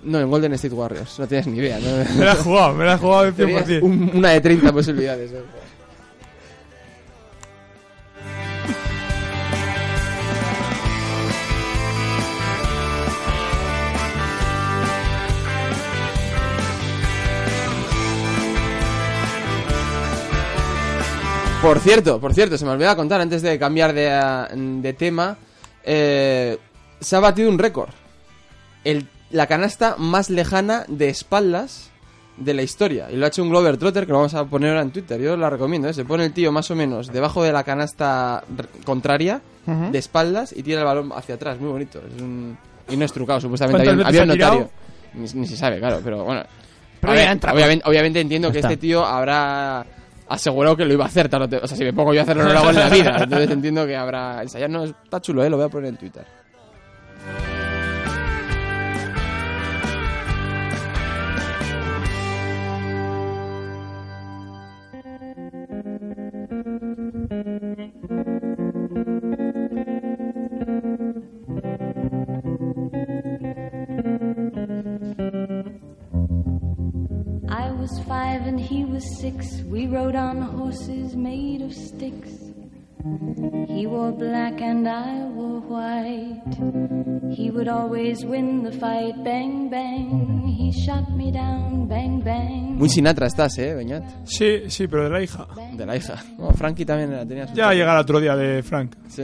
A: No, en Golden State Warriors, no tienes ni idea,
F: Me
A: ¿no?
F: la he jugado, me la he jugado de
A: Tenías
F: 100%.
A: un- una de 30 posibilidades. ¿eh? ¿no? Por cierto, por cierto, se me olvidaba contar antes de cambiar de, ah, de tema. eh, se ha batido un récord. El- la canasta más lejana de espaldas de la historia. Y lo ha hecho un Glover Trotter que lo vamos a poner ahora en Twitter. Yo la recomiendo. ¿eh? Se pone el tío más o menos debajo de la canasta r- contraria, de espaldas, y tira el balón hacia atrás. Muy bonito. Es un- Y no es trucado, supuestamente. Había, un-
F: ¿Cuántas veces
A: había un
F: ha tirado?
A: notario. Ni, ni se sabe, claro, pero bueno.
G: Pero
A: A ver,
G: ya entra.
A: obviamente, obviamente entiendo que este tío habrá asegurado que lo iba a hacer. tarde o tem- o sea, si me pongo yo a hacerlo, no lo hago en la vida. Entonces entiendo que habrá ensayado. No, está chulo, ¿eh? lo voy a poner en Twitter.
I: I was five and he was six. We rode on horses made of sticks. He wore black and I wore white. He would always win the fight. Bang, bang. He shot me down. Bang, bang.
A: Muy Sinatra estás, ¿eh, Beñat?
F: Sí, sí, pero de la hija.
A: De la hija. No, Frankie también la tenía. su-
F: Ya llegará otro día de Frank.
A: Sí.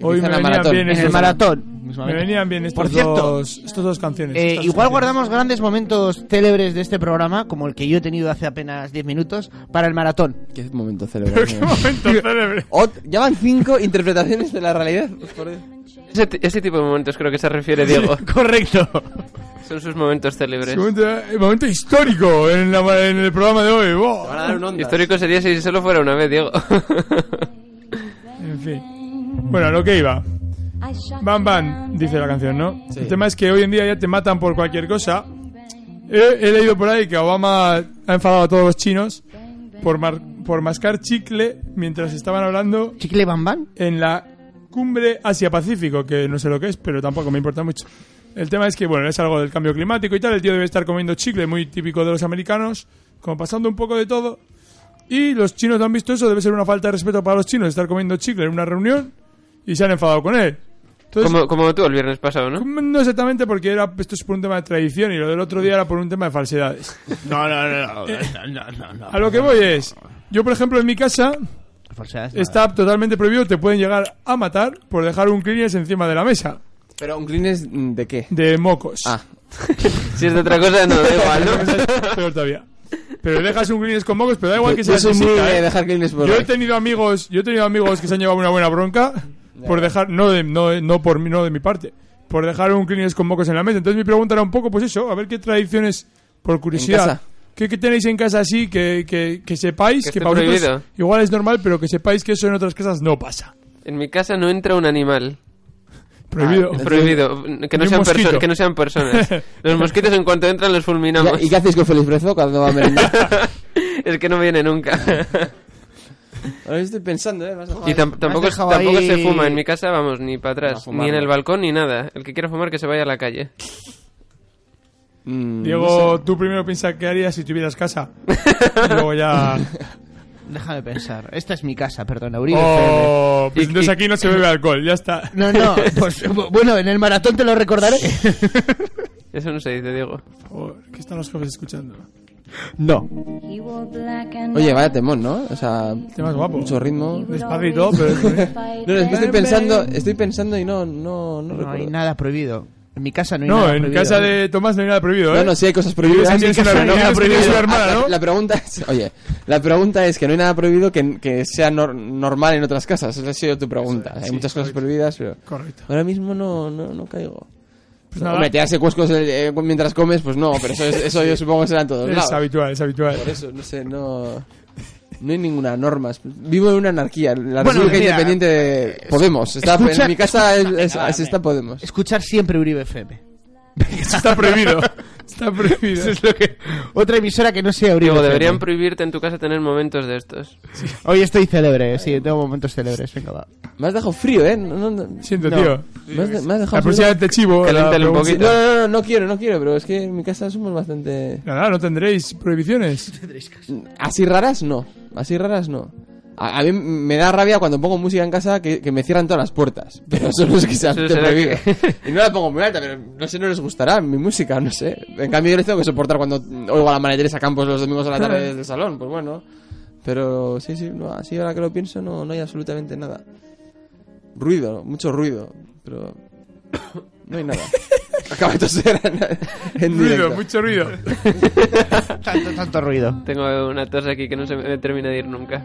F: Hoy
A: Empieza
F: me
A: en la
F: venían
A: maratón.
F: bien
G: En el
F: estos-
G: maratón.
F: Me venían bien estos
G: Por cierto,
F: dos, estos dos canciones.
G: Eh,
F: estas dos
G: igual
F: canciones.
G: guardamos grandes momentos célebres de este programa, como el que yo he tenido hace apenas 10 minutos, para el maratón.
A: Qué momento
F: Pero
A: celebrado.
F: qué momento célebre.
A: Ot- ya van cinco interpretaciones de la realidad. Por Dios.
B: Ese, ti- ese tipo de momentos creo que se refiere Diego.
G: Correcto.
B: Son sus momentos célebres.
F: Un momento, un momento histórico en, la- en el programa de hoy. ¡Buah!
A: Van a dar un onda.
B: Histórico sería si solo fuera una vez, Diego.
F: En fin. Bueno, a lo que iba. Bam bam, dice la canción, ¿no?
A: Sí.
F: El tema es que hoy en día ya te matan por cualquier cosa. He, he leído por ahí que Obama ha enfadado a todos los chinos por, mar- por mascar chicle mientras estaban hablando
G: Chicle Bambán.
F: en la cumbre Asia-Pacífico, que no sé lo que es, pero tampoco me importa mucho. El tema es que, bueno, es algo del cambio climático y tal. El tío debe estar comiendo chicle, muy típico de los americanos, como pasando un poco de todo. Y los chinos lo han visto eso, debe ser una falta de respeto para los chinos estar comiendo chicle en una reunión y se han enfadado con él. Entonces,
B: como, como tú el viernes pasado, ¿no?
F: no exactamente porque era, esto es por un tema de tradición y lo del otro día era por un tema de falsedades.
G: No, no, no. no, no, no.
F: A lo que voy es, yo por ejemplo en mi casa
G: Falsedades, no.
F: está totalmente prohibido, te pueden llegar a matar por dejar un cleaners encima de la mesa.
A: Pero un clean es mm, de qué?
F: de mocos.
A: Ah.
B: Si es de otra cosa, no, da igual,
F: Eso
B: ¿no?
F: es peor todavía. Pero dejas un greens con mocos, pero da igual que
A: Yo
F: sea
A: soy muy
F: sexista,
A: de
F: ¿eh?
A: dejar cleans por
F: Yo he
A: ahí.
F: tenido amigos, yo he tenido amigos que se han llevado una buena bronca por dejar no de, no, no por mí, no de mi parte, por dejar un greens con mocos en la mesa. Entonces mi pregunta era un poco pues eso, a ver qué tradiciones por curiosidad.
A: casa?
F: ¿Qué, qué tenéis en casa así que, que, que sepáis
B: Que
F: que,
B: esté
F: para vosotros
B: prohibido.
F: igual es normal, pero que sepáis que eso en otras casas no pasa?
A: Ah,
B: En mi casa no entra un animal.
G: Ah,
F: Prohibido.
B: Prohibido. Que no,
F: un
B: sean perso-
F: mosquito.
B: que no sean personas. Los mosquitos, en cuanto entran, los fulminamos.
A: Ya, ¿Y qué hacéis con Feliz Brezo cuando va a merendar?
B: es que no viene nunca.
A: Ahora estoy pensando, ¿eh? Vas a-
B: y tam- tampoco,
G: dejado
B: tampoco se
G: ahí-
B: fuma en mi casa, vamos, ni para
A: No,
B: atrás,
A: fumar
B: ni en
A: no.
B: el balcón, ni nada. El que quiera fumar, que se vaya a la calle.
A: Mm,
F: Diego, tú primero piensa qué harías si tuvieras casa. Y luego ya...
G: Déjame pensar. Esta es mi casa, perdona, Uribe. FM.
F: Oh, pues
B: Y-
F: entonces
B: y-
F: aquí no se bebe alcohol, ya está.
G: No, no. Pues, bu- bueno, en el maratón te lo recordaré.
B: Eso no se dice, Diego.
F: Joder, Oh, que están los jefes escuchando.
G: No.
I: He wore black and
A: Oye, vaya temón, ¿no? O sea,
F: Qué más guapo.
A: mucho ritmo.
F: Despacio y todo, pero...
A: No, es que estoy pensando, estoy pensando y no, no, no,
G: No hay
A: recuerdo.
G: nada prohibido. En mi casa no hay
F: No,
G: nada
F: en
G: prohibido. ¿eh?
F: casa de Tomás no hay nada prohibido, ¿eh?
A: No, no, sí hay cosas
F: Vives
A: prohibidas.
F: en tienes
A: Sí,
F: una-
A: sí, sí,
F: no,
A: sí,
F: tienes
A: sí,
F: una
A: sí, sí,
F: hermana,
A: Ah, la-
F: ¿no?
A: La pregunta es, oye, la pregunta es que no hay nada prohibido que, que sea nor- normal en otras casas. Esa ha sido tu pregunta. hay muchas cosas prohibidas, pero
F: Correcto.
A: ahora mismo no, no, no caigo.
F: Pues nada,
A: Hombre, tirarse cuescos eh, mientras comes, pues no, pero eso, es- eso yo supongo que será en todos
F: es
A: lados.
F: habitual, es habitual.
A: Por eso, no sé, no... No hay ninguna norma. Vivo en una anarquía. La
G: Bueno,
A: República
G: mira,
A: Independiente de Podemos. Está,
G: escucha-
A: en mi casa es, es- es- está Podemos.
G: Escuchar siempre Uribe FM.
F: Eso está prohibido. Está prohibido.
G: Eso es lo que... Otra emisora que no sea Uribe
B: Diego,
G: FM.
B: deberían prohibirte en tu casa tener momentos de estos.
G: Hoy estoy célebre, sí, tengo momentos célebres. Venga, va.
A: Me has dejado frío, ¿eh? No, no, no.
F: Siento,
G: No.
F: tío.
A: Me has, de- me has dejado
F: La
A: frío.
F: próxima vez te chivo. la
B: Caléntale un
F: pregunta-
A: Sí,
B: poquito.
A: No, no, no, no quiero, no quiero, pero es que en mi casa somos bastante...
F: Nada, no tendréis prohibiciones.
A: Así raras no, así raras no. A, a mí me da rabia cuando pongo música en casa que, que me cierran todas las puertas. Pero eso no es que sea
B: Eso
A: te
B: será
A: prohibido.
B: que-
A: Y no la pongo muy alta, pero no sé, no les gustará mi música, no sé. En cambio yo les tengo que soportar cuando oigo a la madre Teresa Campos los domingos a la tarde desde el salón, pues bueno. Pero sí, sí, no, así ahora que lo pienso no, no hay absolutamente nada. Ruido, mucho ruido, pero no hay nada. Acaba de toser en, en
F: Ruido,
A: directo.
F: mucho ruido.
G: Tanto, tanto ruido.
B: Tengo una tos aquí que no se me termina de ir nunca.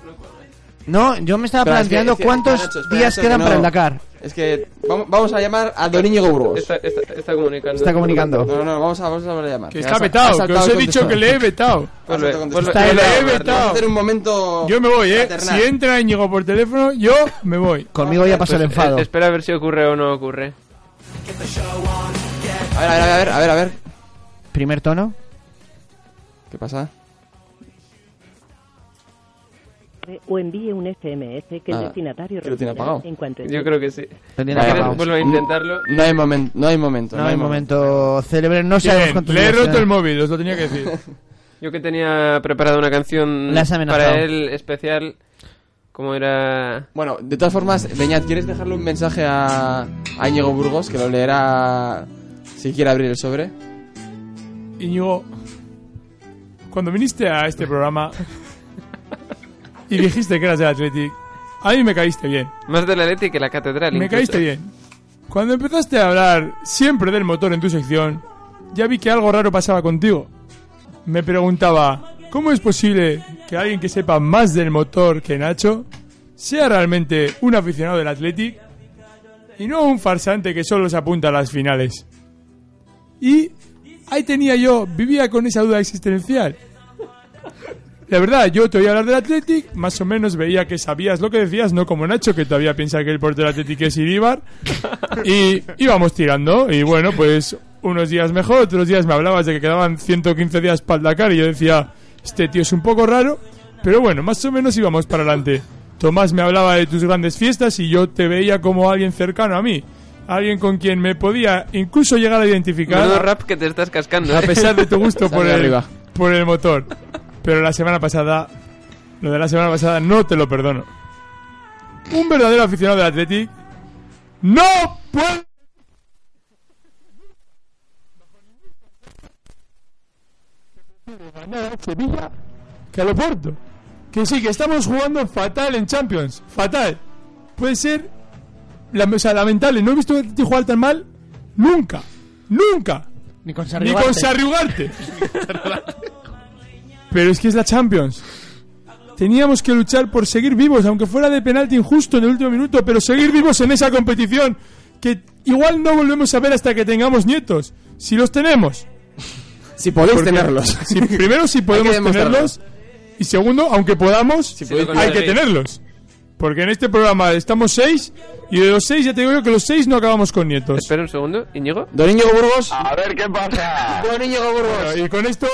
G: No, yo me
A: Espera,
G: estaba
A: es que-
G: planteando
A: es que-
G: cuántos
A: Nacho, espera,
G: días
A: Nacho,
G: quedan
A: que
G: para el
A: no-
G: Dakar.
A: Es que vamos, vamos a llamar a Don Íñigo Burgos.
B: Está, está- está comunicando.
G: Está comunicando.
A: No, no, no, vamos a, vamos a llamar.
F: Que está vetado, que os he dicho que le he vetado.
B: Vuelve,
A: Has
B: vuelve-
A: saltado
F: Está
B: vuelve
F: el
B: a llamar.
F: Everton.
A: Vamos a hacer un momento.
F: Yo me voy, eh.
A: paternal.
F: Si entra Íñigo por teléfono, yo me voy.
G: Conmigo ya pasó el
B: Pues,
G: enfado.
B: eh, espera a ver si ocurre o no ocurre.
A: A ver, a ver, a ver, a ver, a ver.
G: Primer tono.
A: ¿Qué pasa?
J: o envíe un SMS que
A: Ah,
J: el destinatario
A: que lo
J: recibirá
A: tiene apagado.
J: en cuanto
B: Yo creo que sí.
G: Lo tiene
B: ¿Quieres-
G: apagado.
B: Vuelvo a intentarlo.
A: No hay momento, no hay momento.
G: No, hay momento célebre, no sabemos
F: Bien,
G: cuántos
F: le he
G: días
F: roto
G: quedan.
F: el móvel, os lo tenía que decir.
B: Yo que tenía preparada una canción
G: La has amenazado.
B: para él especial, como era...
A: Bueno, de todas formas, Beñat, ¿quieres dejarle un mensaje a, a Íñigo Burgos que lo leerá si quiere abrir el sobre?
F: Íñigo, cuando viniste a este programa y dijiste que eras del Athletic, a mí me caíste bien.
B: Más de la Leti que la catedral.
F: Me
B: incluso.
F: caíste bien. Cuando empezaste a hablar siempre del motor en tu sección, ya vi que algo raro pasaba contigo. Me preguntaba, ¿cómo es posible que alguien que sepa más del motor que Nacho sea realmente un aficionado del Athletic y no un farsante que solo se apunta a las finales? Y ahí tenía yo, vivía con esa duda existencial. La verdad, yo te oía hablar del Athletic, más o menos veía que sabías lo que decías, no como Nacho, que todavía piensa que el portero del Athletic es Iribar. Y íbamos tirando, y bueno, pues unos días mejor, otros días me hablabas de que quedaban 115 días para el Dakar, y yo decía, este tío es un poco raro, pero bueno, más o menos íbamos para adelante. Tomás me hablaba de tus grandes fiestas y yo te veía como alguien cercano a mí, alguien con quien me podía incluso llegar a identificar.
B: Menudo rap que te estás cascando.
F: A
B: ¿eh?
F: pesar de tu gusto por
A: Sale
F: el,
A: arriba.
F: por el motor. Pero la semana pasada, lo de la semana pasada no te lo perdono. Un verdadero aficionado del Athletic no puede. ganar a Sevilla que al Oporto. Que sí, que estamos jugando fatal en Champions. Fatal. Puede ser la, o sea, lamentable. No he visto a ti jugar tan mal nunca. Nunca.
G: Ni con
F: Ni
G: Sarriuarte.
F: con Sarriugarte. Pero es que es la Champions. Teníamos que luchar por seguir vivos, aunque fuera de penalti injusto en el último minuto, pero seguir vivos en esa competición que igual no volvemos a ver hasta que tengamos nietos. Si los tenemos.
A: Si podéis
F: Porque
A: tenerlos.
F: si- primero, si podemos
A: demostrarlo.
F: tenerlos. Y segundo, aunque podamos,
B: podéis
F: hay que
B: conseguir.
F: tenerlos. Porque en este programa estamos seis y de los seis ya te digo yo que los seis no acabamos con nietos.
B: Espera un segundo, Íñigo.
A: Don Íñigo Burgos.
K: A ver qué pasa.
A: Don Íñigo Burgos.
F: Bueno, y con esto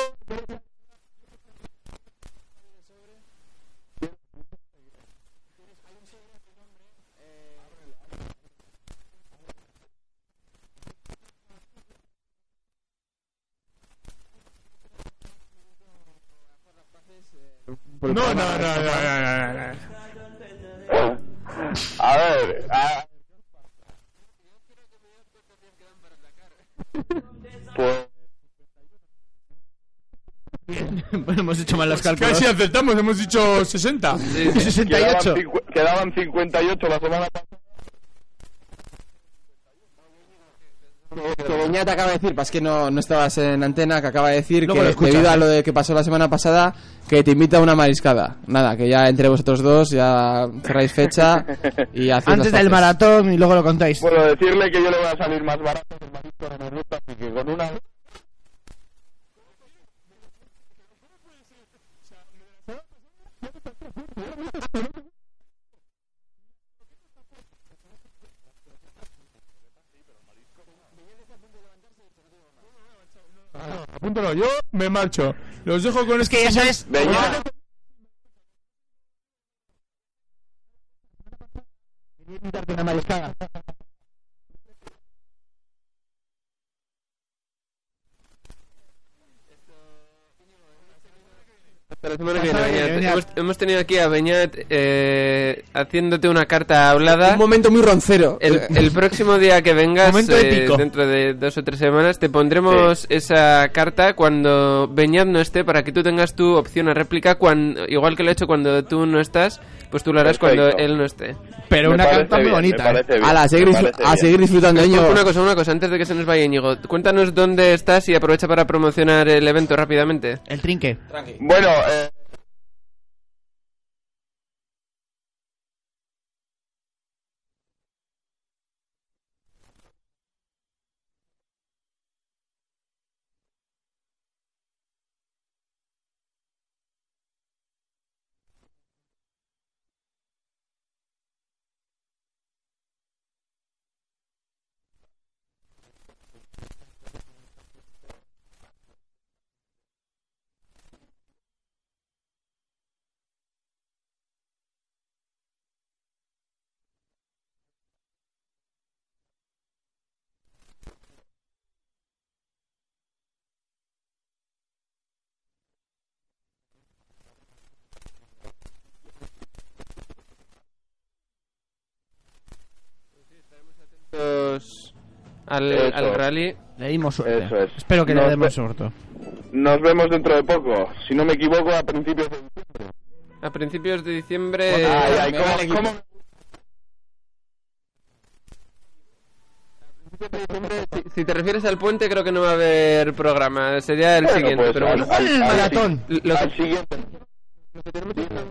F: No, no, no, no, no, no, no.
K: A ver. ah, a- Pues
G: Bueno, hemos hecho mal los cálculos.
F: Casi acertamos, hemos dicho 60.
K: quedaban,
G: 68.
K: cincu- quedaban 58 la semana
A: Que Beñat acaba de decir, es que no, no estabas en antena, que acaba de decir
G: Luego
A: que
G: lo escuchas.
A: debido a lo de que pasó la semana pasada, que te invita a una mariscada. Nada, que ya entre vosotros dos ya cerráis fecha y hacéis
G: Antes
A: las paces.
G: del maratón y luego lo contáis.
K: Bueno, decirle que yo le voy a salir más barato el marisco de mi ruta, así que con una...
F: Ah, Apúntalo, yo me marcho. Los dejo con este
G: Es que ya sabes.
K: Venga.
B: Hasta la semana que viene,
G: Hasta la
B: Beñat.
G: que viene,
B: Hemos, hemos tenido aquí a Beñat eh, haciéndote una carta hablada.
A: Un momento muy roncero.
B: El, el próximo día que vengas,
G: Momento
B: eh,
G: épico.
B: dentro de dos o tres semanas, te pondremos esa carta cuando Beñat no esté para que tú tengas tu opción a réplica. Cuando, igual que lo he hecho cuando tú no estás, pues tú lo harás
K: Perfecto.
B: cuando él no esté.
G: Pero
K: Me
G: una
K: parece
G: carta muy
K: bien,
G: bonita. ¿eh?
K: me parece bien,
A: Ala, a seguir,
K: me
A: disfr-
K: parece
A: a
K: bien.
A: seguir disfrutando, Íñigo.
B: Una cosa, una cosa, antes de que se nos vaya Íñigo, cuéntanos dónde estás y aprovecha para promocionar el evento rápidamente.
K: eh,
G: El trinque.
K: Bueno, eh... Pues,
B: al,
K: Eso
B: al
K: es.
B: rally.
G: Le dimos suerte.
K: Eso es.
G: Espero que
K: Nos
G: le demos
K: ve-
G: suerte.
K: Nos vemos dentro de poco. Si no me equivoco, a principios de...
B: A principios de diciembre.
K: Ay, ay,
B: Eh, Me
K: ¿cómo-
B: va el equipo.
K: cómo-
B: Si, si te refieres al puente, creo que no va a haber programa. Sería el
K: Bueno,
B: siguiente,
K: pues,
B: pero
K: al-
B: bueno.
K: al- al-
B: Lo que-
K: al siguiente.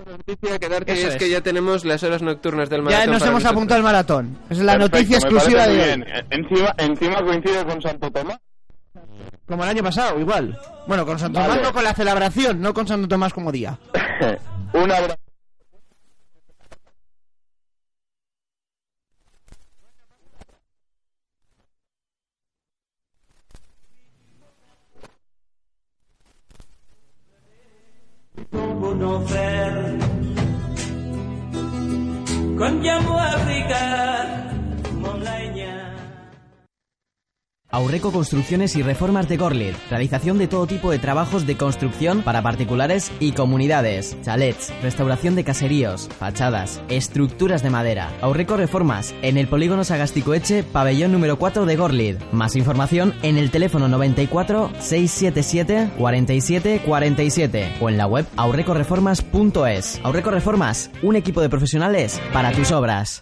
B: noticia que darte
G: Eso
B: es,
G: es.
B: que ya tenemos las horas nocturnas del
G: Ya
B: maratón.
G: nos
B: para
G: hemos
B: nosotros.
G: apuntado al maratón. Es la
K: Perfecto,
G: noticia
K: me
G: exclusiva
K: parece
G: de
K: muy
G: hoy.
K: bien. Eh, Encima, encima coincide con Santo Tomás.
G: Como el año pasado, igual. Bueno, con Santo Tomás
K: Vale.
G: no con la celebración, no con Santo Tomás como día.
K: Un abrazo.
L: conocer con llamo África con leña.
H: Aureco Construcciones y Reformas de Gorlitz. Realización de todo tipo de trabajos de construcción para particulares y comunidades. Chalets, restauración de caseríos, fachadas, estructuras de madera. Aureco Reformas en el polígono Sagasticoeche, pabellón número 4 de Gorlitz. Más información en el teléfono 94 677 47 47 o en la web aurecoreformas.es. Aureco Reformas, un equipo de profesionales para tus obras.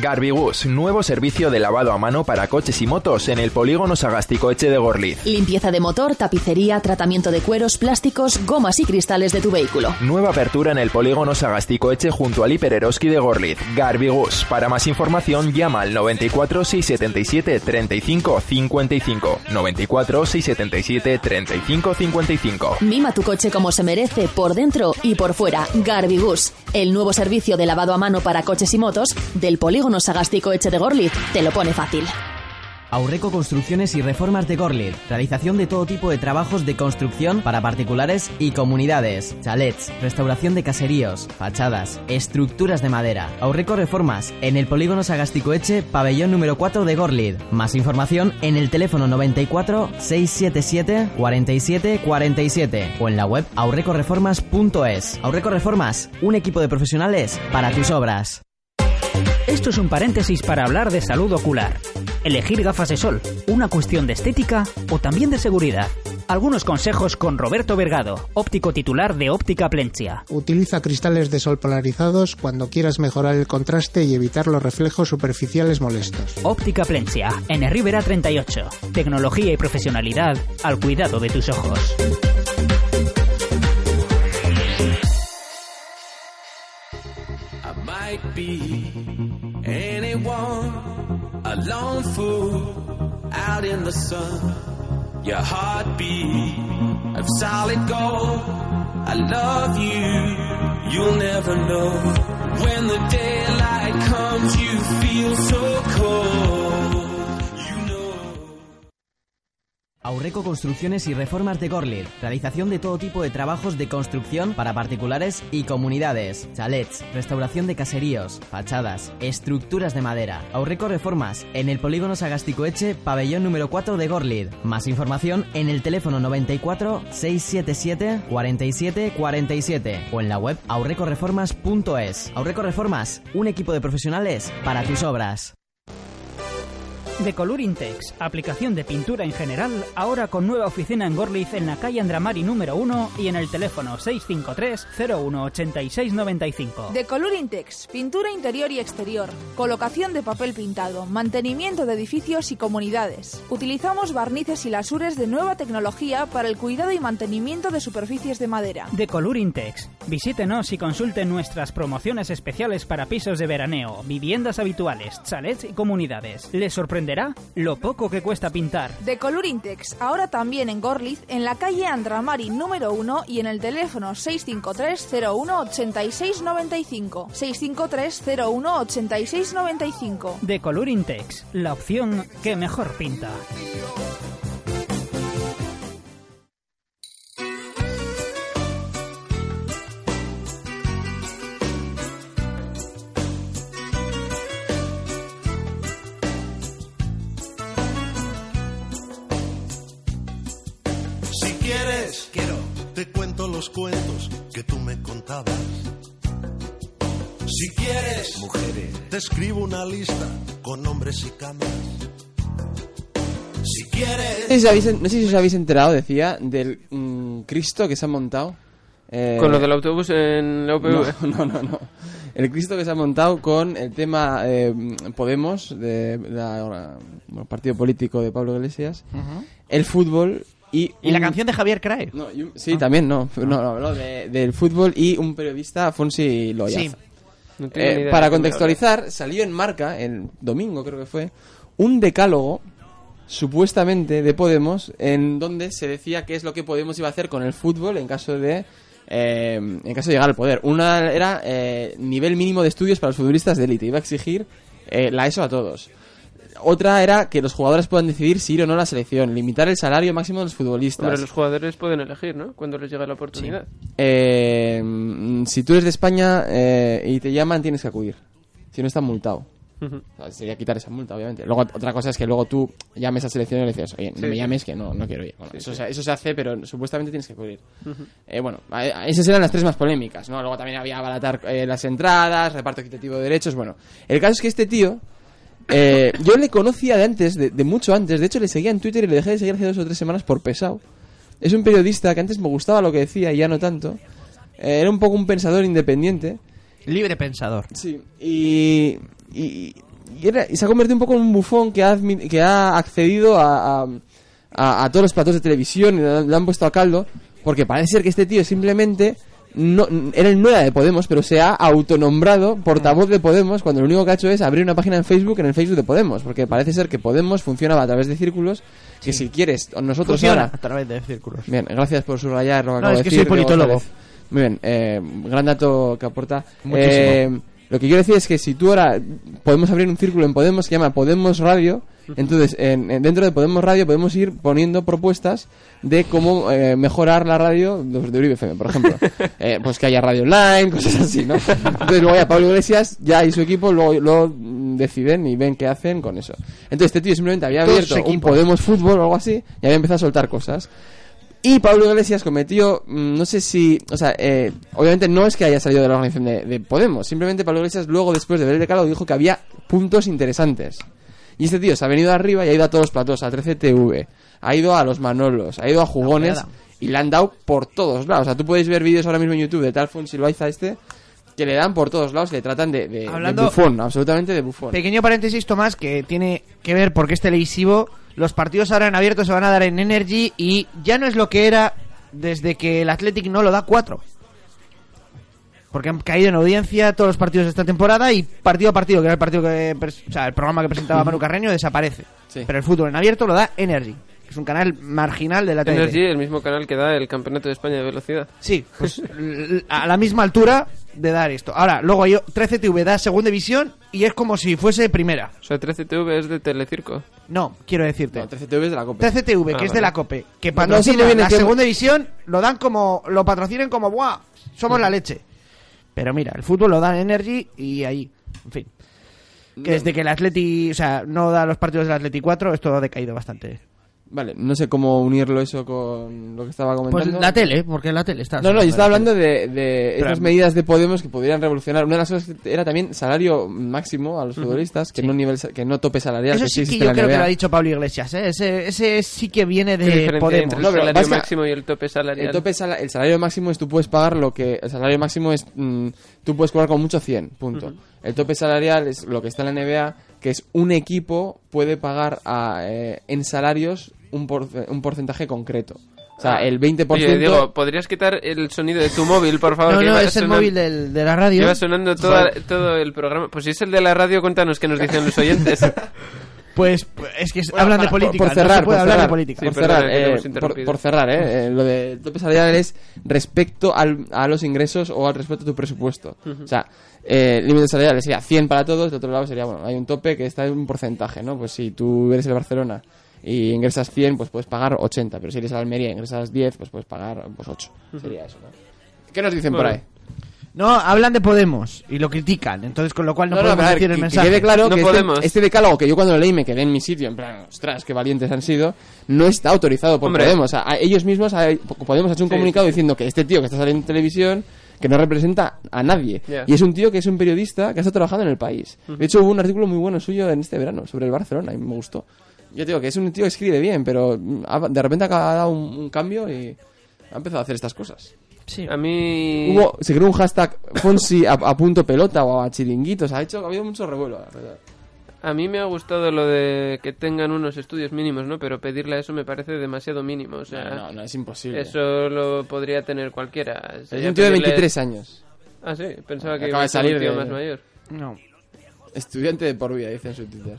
A: Garbibus, nuevo servicio de lavado a mano para coches y motos en el polígono Sagasticoche de Gorliz.
I: Limpieza de motor, tapicería, tratamiento de cueros, plásticos, gomas y cristales de tu vehículo.
A: Nueva apertura en el polígono Sagasticoche junto al Hipereroski de Gorliz. Garbibus. Para más información llama al 94 677 35 55. 94 677 35 55.
I: Mima tu coche como se merece por dentro y por fuera. Garbibus, el nuevo servicio de lavado a mano para coches y motos del polígono Sagástico Eche de Gorliz, te lo pone fácil.
H: Aureco Construcciones y Reformas de Gorlitz. Realización de todo tipo de trabajos de construcción para particulares y comunidades. Chalets, restauración de caseríos, fachadas, estructuras de madera. Aureco Reformas en el polígono Sagasticoeche, pabellón número 4 de Gorlitz. Más información en el teléfono 94 677 47 47 o en la web aurecoreformas.es. Aureco Reformas, un equipo de profesionales para tus obras.
M: Esto es un paréntesis para hablar de salud ocular. Elegir gafas de sol, una cuestión de estética o también de seguridad. Algunos consejos con Roberto Vergado, óptico titular de Óptica Plencia.
N: Utiliza cristales de sol polarizados cuando quieras mejorar el contraste y evitar los reflejos superficiales molestos.
M: Óptica Plencia, en Rivera 38. Tecnología y profesionalidad al cuidado de tus ojos.
L: I might be anyone, a lone fool out in the sun. Your heartbeat of solid gold. I love you, you'll never know. When the daylight comes, you feel so cold.
H: Aureco Construcciones y Reformas de Gorlitz. Realización de todo tipo de trabajos de construcción para particulares y comunidades. Chalets, restauración de caseríos, fachadas, estructuras de madera. Aureco Reformas en el polígono Sagasticoeche, pabellón número 4 de Gorlitz. Más información en el teléfono 94 677 47 47 o en la web aurecoreformas.es. Aureco Reformas, un equipo de profesionales para tus obras.
M: De Color Intex, aplicación de pintura en general, ahora con nueva oficina en Gorliz en la calle Andramari número 1 y en el teléfono 653 01 8695.
C: De Color Intex, pintura interior y exterior, colocación de papel pintado, mantenimiento de edificios y comunidades. Utilizamos barnices y lasures de nueva tecnología para el cuidado y mantenimiento de superficies de madera.
M: De Color Intex. Visítenos y consulte nuestras promociones especiales para pisos de veraneo, viviendas habituales, chalets y comunidades. ¿Le sorprenderá lo poco que cuesta pintar?
C: De Color Intex, ahora también en Gorliz, en la calle Andramari número 1 y en el teléfono 653-01-8695. 653-01-8695.
M: De Color Intex, la opción que mejor pinta.
O: Si quieres, quiero. Te cuento los cuentos que tú me contabas. Si quieres, mujeres, te escribo una lista con
P: con hombres y camas. Si quieres.
A: No sé si habéis, no sé si os habéis enterado, decía, del mm, Cristo que se ha montado. eh,
B: Con lo del autobús en la UPV.
A: No, no, no, no. El Cristo que se ha montado con el tema eh, Podemos, de la- bueno, partido político de Pablo Iglesias,
G: Ujú.
A: el fútbol y...
G: ¿Y la
A: un-
G: canción de Javier Crae?
A: No, Sí, también, no. No, no, no, de- del fútbol y un periodista, Fonsi Loyaza.
G: Sí.
B: No tengo
A: Eh,
B: ni idea
A: para
B: de qué me
A: contextualizar, salió en Marca, el domingo creo que fue, un decálogo, supuestamente, de Podemos, en donde se decía qué es lo que Podemos iba a hacer con el fútbol en caso de... eh, en caso de llegar al poder. Una era eh, nivel mínimo de estudios para los futbolistas de élite. Iba a exigir eh, la ESO a todos. Otra era que los jugadores puedan decidir si ir o no a la selección. Limitar el salario máximo de los futbolistas.
B: Hombre, los jugadores pueden elegir, ¿no? Cuando les llega la oportunidad.
A: Eh, mm, si tú eres de España eh, y te llaman, tienes que acudir. Si no, estás multado.
B: Ujú.
A: O sea, sería quitar esa multa, obviamente. Luego, otra cosa es que luego tú llames a selección y le dices, oye, no
B: Sí,
A: me
B: sí.
A: llames que no, no quiero ir. Bueno,
B: Sí,
A: eso,
B: sí.
A: Se, eso se hace, pero supuestamente tienes que acudir.
B: Ujú.
A: Eh, bueno, a- a- esas eran las tres más polémicas, ¿no? Luego también había abaratar eh, las entradas, reparto equitativo de derechos, bueno. El caso es que este tío, eh, yo le conocía de antes, de, de mucho antes, de hecho le seguía en Twitter y le dejé de seguir hace dos o tres semanas por pesado. Es un periodista que antes me gustaba lo que decía y ya no tanto. Eh, era un poco un pensador independiente.
G: Libre pensador.
A: Sí, y, y, y era- y se ha convertido un poco en un bufón que ha, admi- que ha accedido a, a, a- a todos los platos de televisión y lo, lo han puesto a caldo, porque parece ser que este tío simplemente no, era el no era de Podemos, pero se ha autonombrado portavoz de Podemos cuando lo único que ha hecho es abrir una página en Facebook en el Facebook de Podemos, porque parece ser que Podemos funcionaba a través de círculos, que si quieres, nosotros
G: Funciona
A: ahora...
G: a través de círculos.
A: Bien, gracias por subrayar lo que
G: No,
A: acabo
G: es
A: de
G: que
A: decir,
G: soy
A: Diego
G: politólogo.
A: González. Muy bien, eh, gran dato que aporta.
G: Muchísimo.
A: Eh, lo que quiero decir es que si tú ahora podemos abrir un círculo en Podemos que se llama Podemos Radio, entonces en- en- dentro de Podemos Radio podemos ir poniendo propuestas de cómo eh, mejorar la radio los de Uribe FM, por ejemplo. Eh, pues que haya radio online, cosas así, ¿no? Entonces luego ya Pablo Iglesias ya y su equipo lo, lo mm, deciden y ven qué hacen con eso. Entonces este tío simplemente había
G: Todo
A: abierto
G: su
A: un
G: equipo.
A: Podemos Fútbol o algo así y había empezado a soltar cosas. Y Pablo Iglesias cometió, mm, no sé si, o sea, eh, obviamente no es que haya salido de la organización de, de Podemos, simplemente Pablo Iglesias luego después de ver el decálogo dijo que había puntos interesantes. Y este tío se ha venido arriba y ha ido a todos los platos, a 13TV, ha ido a los Manolos, ha ido a Jugones
G: La peada.
A: y le han dado por todos lados. O sea, tú podéis ver vídeos ahora mismo en YouTube de tal Fonsi Loaiza este que le dan por todos lados, le tratan de, de- de
G: Hablando-
A: bufón, absolutamente de bufón.
G: Pequeño paréntesis, Tomás, que tiene que ver porque es televisivo. Los partidos ahora en abierto se van a dar en Energy y ya no es lo que era desde que el Athletic no lo da 4. Porque han caído en audiencia todos los partidos de esta temporada y partido a partido, que era el partido que pres- o sea, el programa que presentaba Manu Carreño desaparece.
A: Sí.
G: Pero el fútbol en abierto lo da Energy, que es un canal marginal de la TNT.
B: Energy, el mismo canal que da el Campeonato de España de Velocidad.
G: Sí, pues l- a la misma altura de dar esto. Ahora, luego yo 13TV da segunda división y es como si fuese primera.
B: O sea, 13TV es de Telecirco.
G: No, quiero decirte.
A: No, 13TV es de la Copa.
G: 13TV, que
B: Ah,
G: es
B: vale.
G: de la COPE, que
A: No, no sé muy
G: patrocina
A: bien en
G: la
A: qué-
G: segunda división, lo dan como lo patrocinan como ¡buah! Somos la leche. Pero mira, el fútbol lo dan Energy y ahí, en fin. Que desde que el Atleti, o sea, no da los partidos del Atleti 4, esto ha decaído bastante.
A: Vale, no sé cómo unirlo eso con lo que estaba
G: Pues
A: comentando.
G: la tele, porque la tele está
A: No, no, yo estaba hablando de, de
G: Pero-
A: esas medidas de Podemos que podrían revolucionar. Una de las cosas que era también salario máximo a los futbolistas, que no nivel sa- que no tope salarial,
G: Eso
A: que
G: sí que
A: existe
G: yo
A: en la
G: creo que lo
A: NBA.
G: ha dicho Pablo Iglesias, ¿eh? ese, ese sí que viene
B: ¿Qué
G: de
B: diferencia hay
G: Podemos.
B: entre el
A: No, pero
B: salario
A: basta-
B: máximo y el tope salarial?
A: El, tope sala- el salario máximo es tú puedes pagar lo que... El salario máximo es... mm, tú puedes cobrar con mucho 100, punto. El tope salarial es lo que está en la NBA, que es un equipo puede pagar a, eh, en salarios un, porce- un porcentaje concreto. O
G: Ah.
A: sea, el 20%...
B: Oye, Diego, ¿podrías quitar el sonido de tu móvil, por favor?
G: No,
B: que
G: no,
B: lleva
G: es el
B: sonando-
G: móvil del- de la radio.
B: Lleva sonando toda- todo el programa. Pues si es el de la radio, cuéntanos qué nos dicen los oyentes.
G: Pues es que hablan de
A: Por-
G: política,
A: por cerrar,
G: no se puede
A: por
G: hablar
A: cerrar,
G: de política.
A: por
B: Sí, perdona,
A: cerrar,
B: que te
A: eh,
B: hemos
A: por-
B: interrumpido.
A: por cerrar, eh, eh, lo de tope salarial es respecto al- a los ingresos o al respecto a tu presupuesto.
B: Ujú.
A: O sea, eh, límite salarial sería 100 para todos, de otro lado sería, bueno, hay un tope que está en un porcentaje, ¿no? Pues si tú eres el Barcelona y ingresas 100, pues puedes pagar 80, pero si eres el Almería y ingresas 10, pues puedes pagar pues 8. Sería eso, ¿no? ¿Qué nos dicen por
B: Bueno.
A: ahí?
G: No, hablan de Podemos y lo critican, entonces con lo cual no,
A: No, no,
G: podemos
A: pero a ver,
G: decir
A: que-
G: el
A: que
G: mensaje.
A: quede claro
B: No
A: que este-
B: podemos.
A: Este, decálogo que yo cuando lo leí me quedé en mi sitio, en plan, ostras, qué valientes han sido, no está autorizado por
B: Hombre.
A: Podemos. O sea, a- ellos mismos, a- Podemos ha hecho un
B: Sí.
A: comunicado diciendo que este tío que está saliendo en televisión, que no representa a nadie.
B: Ya.
A: Y es un tío que es un periodista que ha estado trabajando en el país.
B: Ujú.
A: De hecho, hubo un artículo muy bueno suyo en este verano sobre el Barcelona y me gustó. Yo digo que es un tío que escribe bien, pero mm, ha- de repente ha dado un, un cambio y ha empezado a hacer estas cosas.
B: A mí...
A: Hubo, se creó un hashtag Fonsi a, a punto pelota o a chiringuitos. Ha hecho, ha habido mucho revuelo, la verdad.
B: A mí me ha gustado lo de que tengan unos estudios mínimos, ¿no? Pero pedirle a eso me parece demasiado mínimo. O sea,
A: No, no, no, es imposible.
B: Eso lo podría tener cualquiera.
A: Es un tío de
G: ¿eh?
A: 23 años.
B: Ah, sí, pensaba que
A: Acaba
B: iba a
A: de
B: ser un
A: salir
B: tío
A: de-
B: más mayor.
G: No.
A: Estudiante de por vida, dice en su Twitter.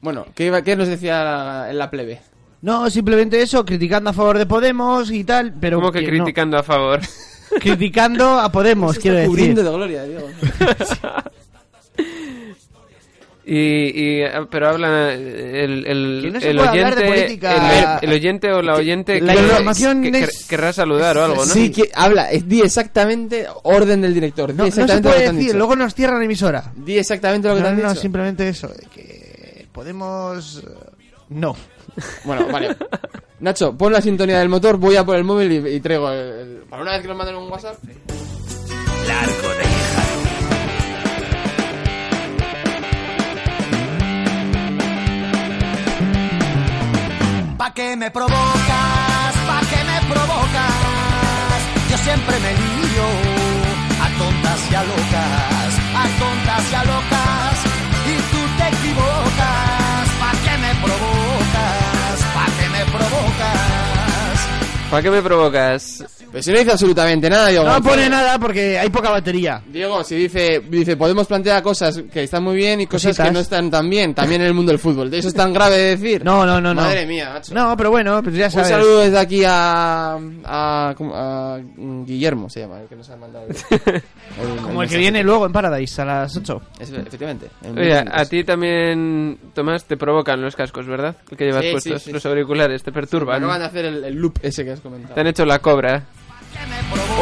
A: Bueno, ¿qué, iba- qué nos decía la, en la plebe?
G: No, simplemente eso, criticando a favor de Podemos y tal, pero...
B: ¿Cómo que
G: no,
B: criticando a favor?
G: criticando a Podemos,
A: Se
G: quiero
A: está
G: decir.
A: cubriendo de gloria, Diego.
B: Y, y, ah, pero habla eh, el,
G: Que
B: el,
G: no se
B: el
G: puede hablar de
B: oyente,
G: política.
B: el, el oyente o la oyente
A: la
B: que-
A: información
B: que- que-
A: es-
B: querrá saludar o algo, ¿no?
A: Sí, que habla, es- di exactamente orden del director. Di
G: No, no se
A: exactamente
G: puede
A: lo que te han
G: decir,
A: dicho.
G: luego nos cierran la emisora.
A: Di exactamente lo que
G: no,
A: te han
G: no,
A: dicho.
G: simplemente eso, de que Podemos... eh, No.
A: Bueno, vale. Nacho, pon la sintonía del motor, voy a por el móvil y, y traigo el, el- Para una vez que nos manden un WhatsApp.
Q: Largo de Guijarro.
C: Pa' que me provocas, pa' que me provocas. Yo siempre me lío a tontas y a locas, a tontas y a locas. Y tú te equivocas, pa' que me provocas, pa' que me provocas.
B: ¿Para qué me provocas?
A: Pero si no dice absolutamente nada, pues, Diego.
G: No
A: González.
G: pone nada porque hay poca batería.
A: Diego, si dice, dice, podemos plantear cosas que están muy bien y cosas
G: Cositas.
A: que no están tan bien, también en el mundo del fútbol. ¿Eso es tan grave de decir?
G: No, no, no, no.
A: Madre mía, macho.
G: No, pero bueno, pues ya
A: Un
G: sabes.
A: saludo desde aquí a, a, ¿cómo? a Guillermo, se llama, el que nos ha mandado. el- el-
G: Como el que
A: mensaje.
G: viene luego en Paradise a las 8.
A: Es- efectivamente. en
B: Oye, a
A: Windows.
B: ti también, Tomás, te provocan los cascos, ¿verdad? El que llevas
A: Sí, sí,
B: puestos,
A: sí,
B: los
A: sí.
B: auriculares, te
A: Me
B: perturban.
A: acaban de hacer el, el loop ese que has comentado.
B: te han hecho la cobra. ¿eh?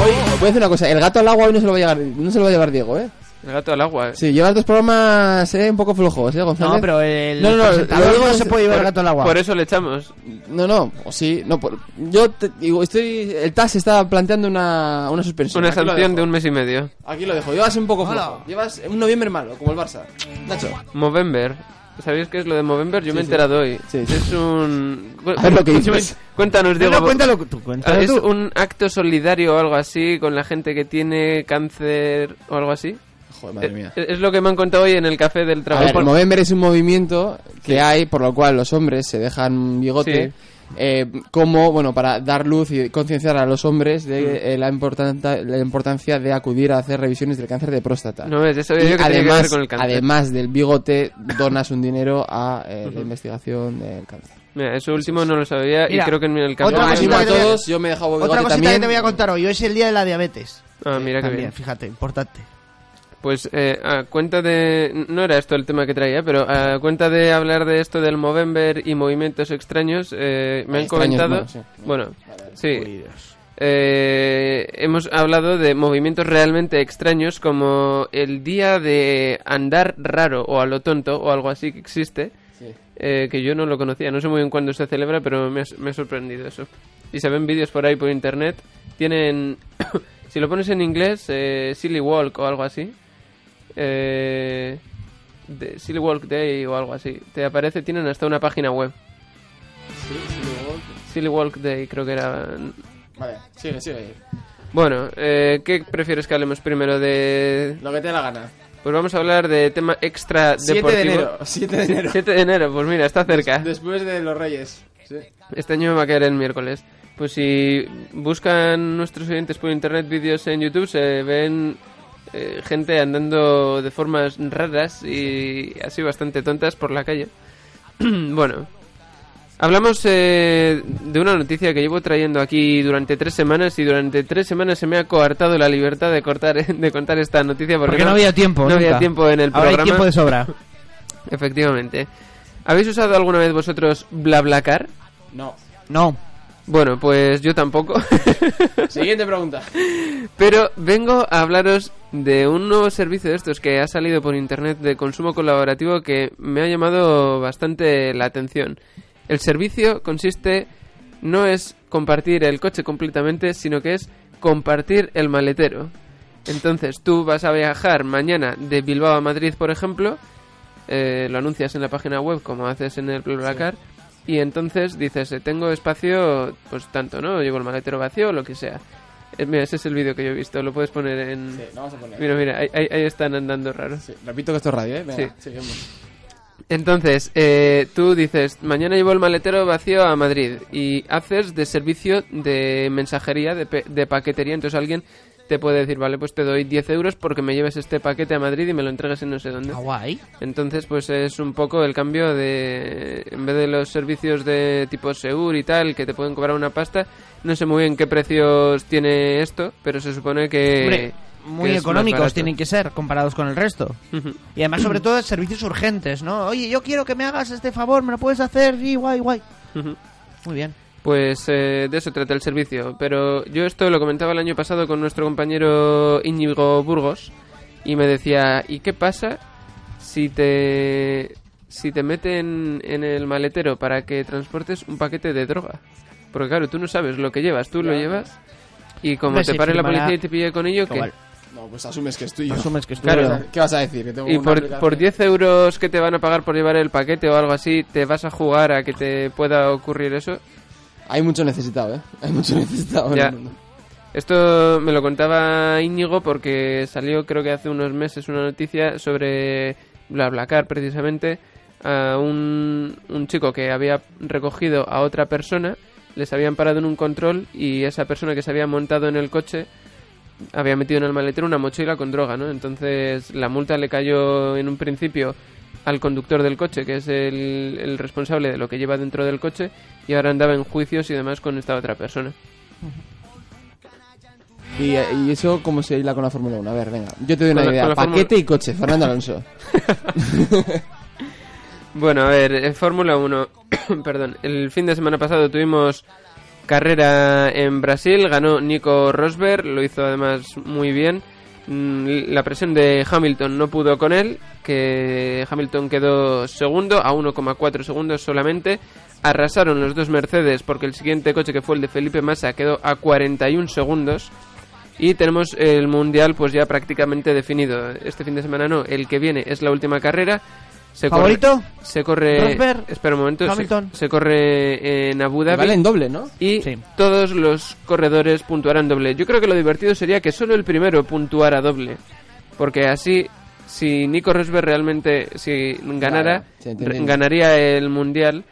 A: Hoy, voy a decir una cosa, el gato al agua hoy no se lo va a llevar, no se lo va a llevar Diego, ¿eh?
B: El gato al agua.
A: Sí, llevas dos programas eh, un poco flojos, ¿eh, González?
G: No, pero el
A: No, no, no,
G: presentador
A: lo digo
G: no
A: es-
G: se puede llevar el gato al agua.
B: Por eso le echamos.
A: No, no, o sí, no, por- yo te digo, estoy, el TAS está planteando una, una suspensión.
B: Una
A: Aquí lo
B: sanción
A: dejo.
B: de un mes y medio.
A: Aquí lo dejo, llevas un poco flojo,
B: Hola.
A: llevas un noviembre malo, como el Barça. Nacho,
B: Movember. ¿Sabéis qué es lo de Movember? Yo
A: Sí,
B: me he
A: sí.
B: enterado hoy.
A: Sí, sí.
B: Es un...
A: A ver lo que dices.
B: Cuéntanos,
G: No,
B: Diego.
G: no, cuéntalo tú, cuéntalo
B: Ah, ¿Es
G: tú.
B: un acto solidario o algo así con la gente que tiene cáncer o algo así?
A: Joder, madre mía.
B: Es, es lo que me han contado hoy en el café
A: A
B: del eh, trabajo.
A: ver, el Movember es un movimiento que hay por lo cual los hombres se dejan un bigote
B: Sí.
A: eh, como, bueno, para dar luz y concienciar a los hombres de
B: Mm.
A: eh, la, importanta- la importancia de acudir a hacer revisiones del cáncer de próstata.
B: No, ves, ya sabía
A: Y
B: yo que tenía que
A: además,
B: ver con el cáncer.
A: además del bigote, donas un dinero a eh, la investigación del cáncer.
B: Mira, eso último no lo sabía
G: Mira,
B: y creo que en el café...
G: otra
B: del
A: Animo
G: cosita
A: a
G: que te voy a-
A: todos, yo me he dejado bigote
G: Otra cosita
A: también.
G: que te voy a contar hoy, hoy es el día de la diabetes.
B: Ah, mira qué
G: También,
B: bien.
G: fíjate, importante.
B: Pues eh, a cuenta de... No era esto el tema que traía, pero a cuenta de hablar de esto del Movember y movimientos extraños, eh, me han
A: Extraños,
B: comentado... Bueno, sí. Eh, hemos hablado de movimientos realmente extraños como el día de andar raro o a lo tonto o algo así que existe,
A: Sí.
B: eh, que yo no lo conocía. No sé muy bien cuándo se celebra, pero me ha, me ha sorprendido eso. Y se ven vídeos por ahí por internet. Tienen, si lo pones en inglés, eh, Silly Walk o algo así. Eh, de- Silly Walk Day o algo así. Te aparece, tienen hasta una página web. Silly Walk Day creo que era...
A: Vale, sigue, sigue.
B: Bueno, eh, ¿qué prefieres que hablemos primero de...?
A: Lo que te dé la gana.
B: Pues vamos a hablar de tema extra
A: 7 de
B: deportivo.
A: enero, 7 de enero.
B: 7 de enero, pues mira, está cerca.
A: Después de los Reyes. Sí.
B: Este año va a caer el miércoles. Pues si buscan nuestros oyentes por internet vídeos en YouTube, se ven eh, gente andando de formas raras y así bastante tontas por la calle. bueno, hablamos eh, de una noticia que llevo trayendo aquí durante tres semanas y durante tres semanas se me ha coartado la libertad de, cortar, de contar esta noticia porque,
G: Porque no había tiempo,
B: No había
G: nunca.
B: tiempo en el
G: Ahora hay
B: programa.
G: tiempo de sobra.
B: Efectivamente. ¿Habéis usado alguna vez vosotros BlaBlaCar?
A: No.
G: No.
B: Bueno, pues yo tampoco.
A: Siguiente pregunta.
B: Pero vengo a hablaros de un nuevo servicio de estos que ha salido por internet de consumo colaborativo que me ha llamado bastante la atención. El servicio consiste no es compartir el coche completamente, sino que es compartir el maletero. Entonces tú vas a viajar mañana de Bilbao a Madrid, por ejemplo, eh, lo anuncias en la página web como haces en el BlaBlaCar y entonces dices, eh, tengo espacio, pues tanto, ¿no? Llevo el maletero vacío o lo que sea. Eh, mira, ese es el vídeo que yo he visto, lo puedes poner en...
A: Sí, lo vamos a poner.
B: Mira, mira, ahí, ahí- ahí están andando raros.
A: Repito que esto es radio, ¿eh? Venga,
B: Sí.
A: seguimos.
B: Entonces, eh, tú dices, mañana llevo el maletero vacío a Madrid y haces de servicio de mensajería, de, pe- de paquetería, entonces alguien te puede decir, vale, pues te doy 10 euros porque me lleves este paquete a Madrid y me lo entregues en no sé dónde.
G: Ah, guay.
B: Entonces, pues es un poco el cambio de, en vez de los servicios de tipo Seur y tal, que te pueden cobrar una pasta, no sé muy bien qué precios tiene esto, pero se supone Eh, que...
G: Hombre,
B: que
G: muy
B: es más
G: económicos
B: barato.
G: tienen que ser comparados con el resto. Y además, sobre todo, servicios urgentes, ¿no? Oye, yo quiero que me hagas este favor, ¿me lo puedes hacer? Sí, guay, guay.
B: Ujú.
G: Muy bien.
B: Pues eh, de eso trata el servicio. Pero yo esto lo comentaba el año pasado con nuestro compañero Íñigo Burgos y me decía, ¿y qué pasa si te, si te meten en el maletero para que transportes un paquete de droga? Porque claro, tú no sabes lo que llevas, tú lo llevarás. llevas y como
A: Hombre,
B: te
A: se
B: pare la
A: firmará-
B: policía y te pille con ello, ¿qué?
A: Igual. No, pues asumes que es tuyo.
G: Asumes que es
B: Claro.
A: ¿Qué vas a decir? Que tengo
B: Y
A: una
B: por,
A: aplicación.
B: por 10 euros que te van a pagar por llevar el paquete o algo así, ¿te vas a jugar a que te pueda ocurrir eso?
A: Hay mucho necesitado, ¿eh? Hay mucho necesitado. en
B: Ya.
A: el mundo.
B: Esto me lo contaba Íñigo porque salió creo que hace unos meses una noticia sobre BlaBlaCar precisamente a un, un chico que había recogido a otra persona, les habían parado en un control y esa persona que se había montado en el coche había metido en el maletero una mochila con droga, ¿no? Entonces la multa le cayó en un principio al conductor del coche, que es el, el responsable de lo que lleva dentro del coche, y ahora andaba en juicios y demás con esta otra persona.
A: Y, eh, y eso, ¿cómo se hila con la Fórmula 1? A ver, venga. Yo te doy una
B: Con la- con
A: idea.
B: la Fórmula-
A: Paquete y coche. Fernando Alonso.
B: Bueno, a ver, en Fórmula 1, perdón, el fin de semana pasado tuvimos carrera en Brasil, ganó Nico Rosberg, lo hizo además muy bien. Mm, La presión de Hamilton no pudo con él, que Hamilton quedó segundo a 1,4 segundos solamente. Arrasaron los dos Mercedes porque el siguiente coche que fue el de Felipe Massa quedó a 41 segundos. Y tenemos el Mundial pues ya prácticamente definido. Este fin de semana no, el que viene es la última carrera. Se corre-
G: ¿Favorito?
B: se corre...
G: Rosberg,
B: espera un momento. se-
G: Hamilton.
B: Se, corre en Abu Dhabi.
A: Vale en doble, ¿no?
B: Y todos los corredores puntuarán doble. Yo creo que lo divertido sería que solo el primero puntuara doble. Porque así, si Nico Rosberg realmente si ganara,
A: Claro, se entiende.
B: re- ganaría el Mundial.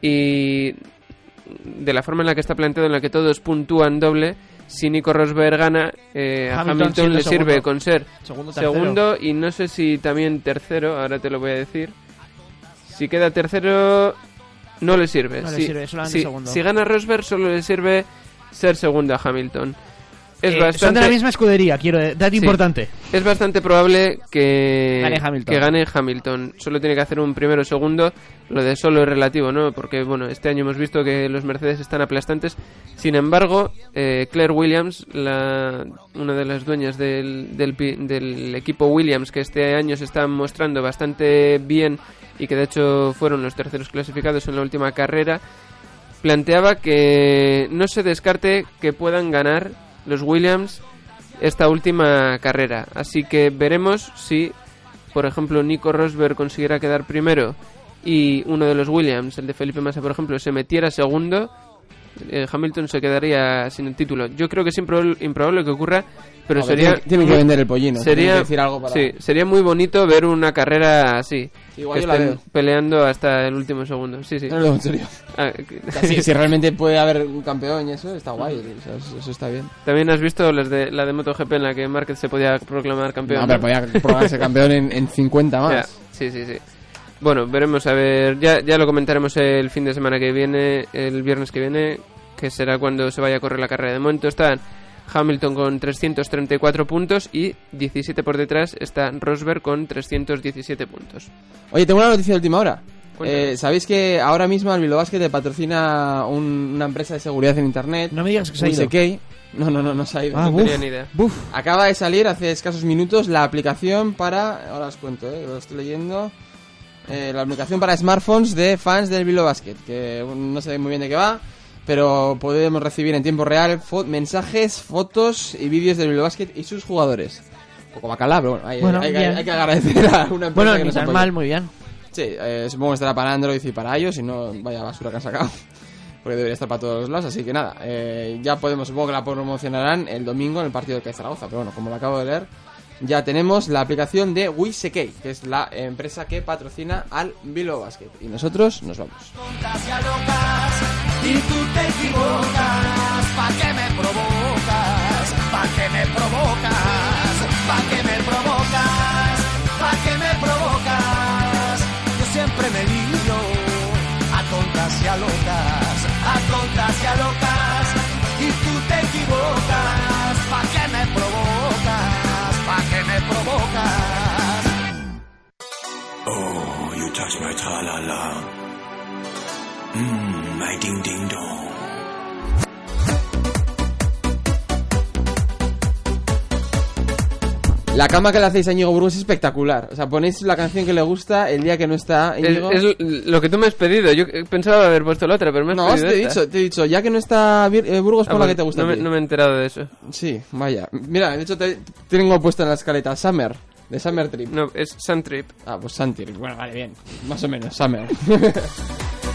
B: Y de la forma en la que está planteado, en la que todos puntúan doble, si Nico Rosberg gana, eh, a
G: Hamilton
B: Hamilton,
G: siendo
B: le sirve
G: segundo.
B: con ser
G: Segundo, tercero.
B: segundo y no sé si también tercero, ahora te lo voy a decir. Si queda tercero, no le sirve.
G: No le
B: si,
G: sirve, solamente
B: si-
G: segundo.
B: si gana Rosberg, solo le sirve ser segundo a Hamilton. Es
G: Eh,
B: bastante...
G: Son de la misma escudería, quiero dato
B: Sí.
G: importante.
B: Es bastante probable que
G: Gane Hamilton.
B: que gane Hamilton. Solo tiene que hacer un primero segundo. Lo de solo es relativo, ¿no? Porque, bueno, este año hemos visto que los Mercedes están aplastantes. Sin embargo, eh, Claire Williams, la, una de las dueñas del, del, pi- del equipo Williams, que este año se está mostrando bastante bien y que de hecho fueron los terceros clasificados en la última carrera, planteaba que no se descarte que puedan ganar los Williams esta última carrera. Así que veremos si, por ejemplo, Nico Rosberg consiguiera quedar primero y uno de los Williams, el de Felipe Massa, por ejemplo, se metiera segundo, eh, Hamilton se quedaría sin el título. Yo creo que es improb- improbable que ocurra, pero
A: A ver,
B: sería...
A: tienen- tienen que
B: muy-
A: vender el pollino, tienen
B: Sería,
A: que decir algo para-
B: sí, sería muy bonito ver una carrera así.
A: Igual
B: que
A: yo la
B: estén
A: veo.
B: peleando hasta el último segundo. Sí, sí.
A: No lo digo en serio.
B: Ah, que-
A: O sea, si, si realmente puede haber un campeón y eso, está guay. o sea, eso- eso está bien.
B: También has visto las de, la de MotoGP en la que Márquez se podía proclamar
A: No,
B: campeón.
A: pues pero podía probarse campeón en, en 50 más.
B: Ya, sí, sí, sí. Bueno, veremos a ver. Ya, ya lo comentaremos el fin de semana que viene, el viernes que viene, que será cuando se vaya a correr la carrera. De momento están Hamilton con 334 puntos y 17 por detrás está Rosberg con 317 puntos.
A: Oye, tengo una noticia de última hora.
B: Cuéntame.
A: Eh, ¿Sabéis que ahora mismo el Bilbao Basket te patrocina un- una empresa de seguridad en internet? No
G: me digas que
B: se ha ido.
A: No, no, no, no se ha ido.
B: Ah, No buf, tenía ni idea.
A: Acaba de salir hace escasos minutos la aplicación para... Ahora os cuento, eh, lo estoy leyendo. Eh, la aplicación para smartphones de fans del Bilbao Basket, que no sé muy bien de qué va. pero podemos recibir en tiempo real fo- mensajes, fotos y vídeos del Bilbao Basket y sus jugadores. Un poco bacalá, pero bueno, hay,
G: Bueno,
A: hay que-
G: bien.
A: hay que agradecer a una empresa
G: Bueno,
A: que
G: ni
A: nos
G: tan
A: apoya.
G: mal, muy bien.
A: Sí, eh, supongo que estará para Android y para iOS, y no vaya basura que han sacado. Porque debería estar para todos lados, así que nada. eh, ya podemos, supongo que la promocionarán el domingo en el partido de Zaragoza, pero bueno, como lo acabo de leer, ya tenemos la aplicación de WeSekei, que es la empresa que patrocina al Bilbao Basket. Y nosotros nos vamos.
C: Y tú te equivocas, ¿pa' qué me provocas? ¿Pa' qué me provocas? ¿Pa' qué me provocas? ¿Pa' qué me provocas? Yo siempre me lío a tontas y a locas, a tontas y a locas. Y tú te equivocas, ¿pa' qué me provocas? ¿Pa' qué me provocas?
R: Oh, you touch my tra-la-la. Mmm, my ding-ding-dong.
A: La cama que le hacéis a Íñigo Burgos es espectacular. O sea, ponéis la canción que le gusta el día que no está
B: Es,
A: Íñigo.
B: es lo que tú me has pedido. Yo pensaba haber puesto la otra, pero me has
A: No,
B: pedido
A: te he
B: esta.
A: dicho, te he dicho, ya que no está Bir- eh, Burgos,
B: Ah,
A: por la
B: bueno,
A: que te gusta.
B: no
A: a
B: me-
A: ti.
B: no me he enterado de eso.
A: Sí, vaya. Mira, de hecho te- tengo puesta en la escaleta Summer, de Summer Trip.
B: No, es Sun Trip.
A: Ah, pues Sun Trip. Bueno, vale, bien. Más o menos, Summer.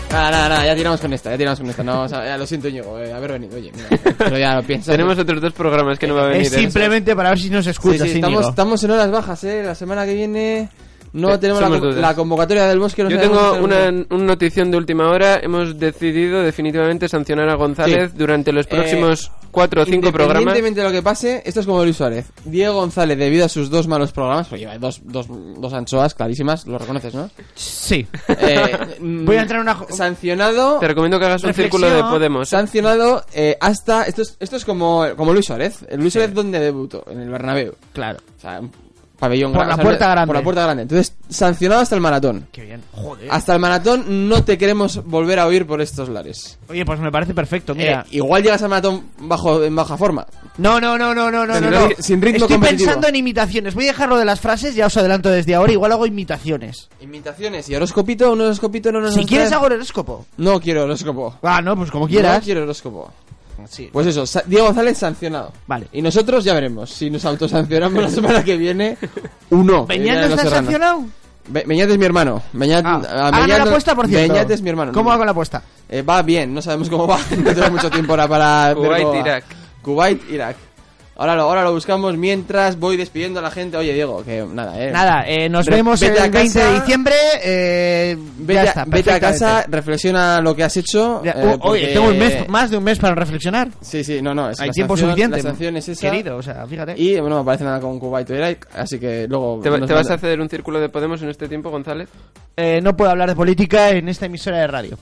A: Nada, nada, nada, ya tiramos con esta, ya tiramos con esta. No, o sea, ya lo siento, Ñigo, eh, haber venido, oye. mira, pero ya lo piensas.
B: Tenemos otros dos programas que no va a venir. ¿eh?
G: Es simplemente para ver si nos
A: Sí,
G: escuchas,
A: sí,
G: Íñigo.
A: estamos, estamos en horas bajas, ¿eh? La semana que viene no
B: Eh,
A: tenemos la,
B: somos
A: co-
B: dudas.
A: la convocatoria del bosque. No
B: Yo
A: sabemos
B: tengo
A: si
B: una,
A: tenemos-
B: una notición de última hora. Hemos decidido definitivamente sancionar a González
A: Sí.
B: durante los
A: Eh,
B: próximos cuatro o cinco programas.
A: Independientemente de lo que pase, esto es como Luis Suárez. Diego González, debido a sus dos malos programas, porque lleva dos, dos, dos anchoas clarísimas, lo reconoces, ¿no?
G: Sí.
B: Voy a
A: en
B: entrar
A: una... Eh, Sancionado...
B: Te recomiendo que hagas un círculo de Podemos.
A: Sancionado eh, hasta... Esto es, esto es como, como Luis Suárez. El Luis Suárez, ¿dónde debutó? En el Bernabéu. Claro. O sea, un pabellón
G: Por
A: gran-
G: la
A: o sea,
G: puerta
A: no-
G: grande.
A: Por la puerta grande. Entonces, sancionado hasta el maratón.
G: Qué bien. Joder.
A: Hasta el maratón no te queremos volver a oír por estos lares.
G: Oye, pues me parece perfecto, mira.
A: Eh, igual llegas al maratón bajo, en baja forma.
G: No, no, no, no, no, no,
A: Sin
G: no.
A: ritmo-
G: no.
A: sin ritmo
G: Estoy
A: competitivo.
G: pensando en imitaciones. Voy a dejarlo de las frases, ya os adelanto desde ahora. Igual hago imitaciones.
A: Imitaciones y horóscopito, un horóscopito no nos
G: Si
A: nos
G: quieres
A: trae-
G: hago el horóscopo.
A: No quiero horóscopo.
G: Ah, no, pues como
A: Pues No
G: quieras.
A: quiero horóscopo.
G: Sí.
A: Pues eso, Sa- Diego González sancionado. Vale. Y nosotros ya veremos si nos autosancionamos la semana que viene. Uno.
G: Pues, ¿Beñat no está sancionado?
A: Beñat es mi hermano. Beñat, a
G: Ah,
A: Beñat
G: no
A: no-
G: la apuesta, por cierto.
A: Beñat es mi hermano.
G: ¿Cómo va con la apuesta?
A: Eh, va bien, no sabemos cómo va. No tengo mucho tiempo ahora para. ver
B: Kuwait,
A: cómo va.
B: Irak.
A: Kuwait, Irak. Ahora lo, ahora lo buscamos mientras voy despidiendo a la gente. Oye, Diego, que nada, eh.
G: Nada, eh, nos
A: Re-
G: vemos
A: vete a
G: el 20 de
A: casa,
G: diciembre. eh,
A: Vete,
G: ya
A: a-
G: está,
A: vete a casa,
G: perfectamente.
A: reflexiona lo que has hecho.
G: Ya,
A: eh,
G: oye,
A: porque-
G: tengo un mes, más de un mes para reflexionar.
A: Sí, sí, no, no. es
G: Hay
A: la
G: tiempo
A: sanción-
G: suficiente.
A: La sanción es esa.
G: Querido, o sea, fíjate.
A: Y bueno, me parece nada con Kuwait o Irak, así que luego.
B: ¿Te, va-
A: nos
B: te vas a
A: mandan-
B: hacer un círculo de Podemos en este tiempo, González?
G: Eh, no puedo hablar de política en esta emisora de radio.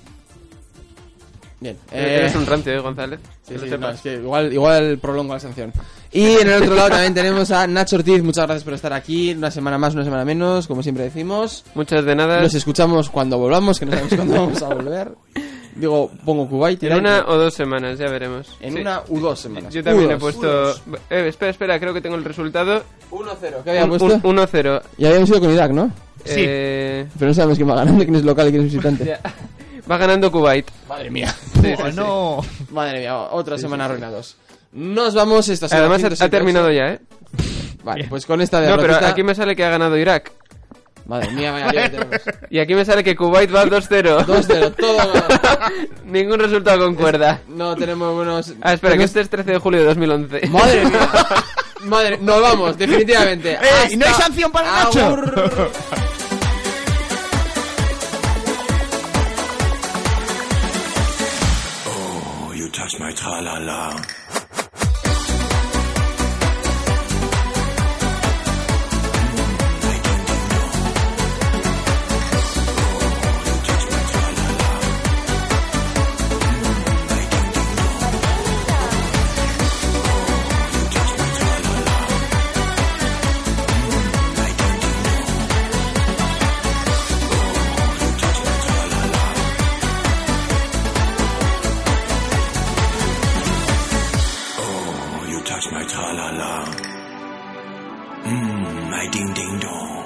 A: Bien.
B: Eh, Eres un rancio, ¿eh, González?
A: Sí,
B: Que lo
A: sí,
B: sepas.
A: no, es que igual, igual prolongo la sanción. Y en el otro lado también tenemos a Nacho Ortiz. Muchas gracias por estar aquí. Una semana más, una semana menos, como siempre decimos.
B: Muchas de nada.
A: Nos escuchamos cuando volvamos, que no sabemos cuándo vamos a volver. Digo, pongo Kuwait.
B: En
A: Irak.
B: una o dos semanas, ya veremos.
A: En una u dos semanas.
B: Yo también
A: U
B: he
A: dos.
B: puesto...
A: U
B: Eh, espera, espera, creo que tengo el resultado. 1-0,
A: ¿Qué había puesto?
B: 1-0.
A: Y habíamos ido con Irak, ¿no?
B: Eh,
A: Pero no sabemos quién va ganando, quién es local y quién es visitante.
B: Ya. Va ganando Kuwait.
A: Madre mía.
B: sí, sí.
G: no.
A: Madre mía, otra
B: Sí,
A: semana
B: sí, sí.
A: arruinados. Nos vamos esta semana.
B: Además, ha- ha, terminado ya, ¿eh?
A: Vale, pues con esta de
B: No, pero aquí me sale que ha ganado Irak.
A: Madre mía, vaya lío que tenemos.
B: Y aquí me sale que Kuwait va 2-0.
A: 2-0, todo ganado.
B: Ningún resultado con cuerda.
A: No tenemos buenos.
B: Ah, espera,
A: tenemos-
B: que este es 13 de julio de 2011.
A: Madre mía. Madre, nos vamos, definitivamente.
G: ¡Eh! y ¡No hay sanción para Nacho!
R: Oh, you touch my tra-la-la. Oh, you touch my tra-la-la. Mmm, my ding-ding-dong.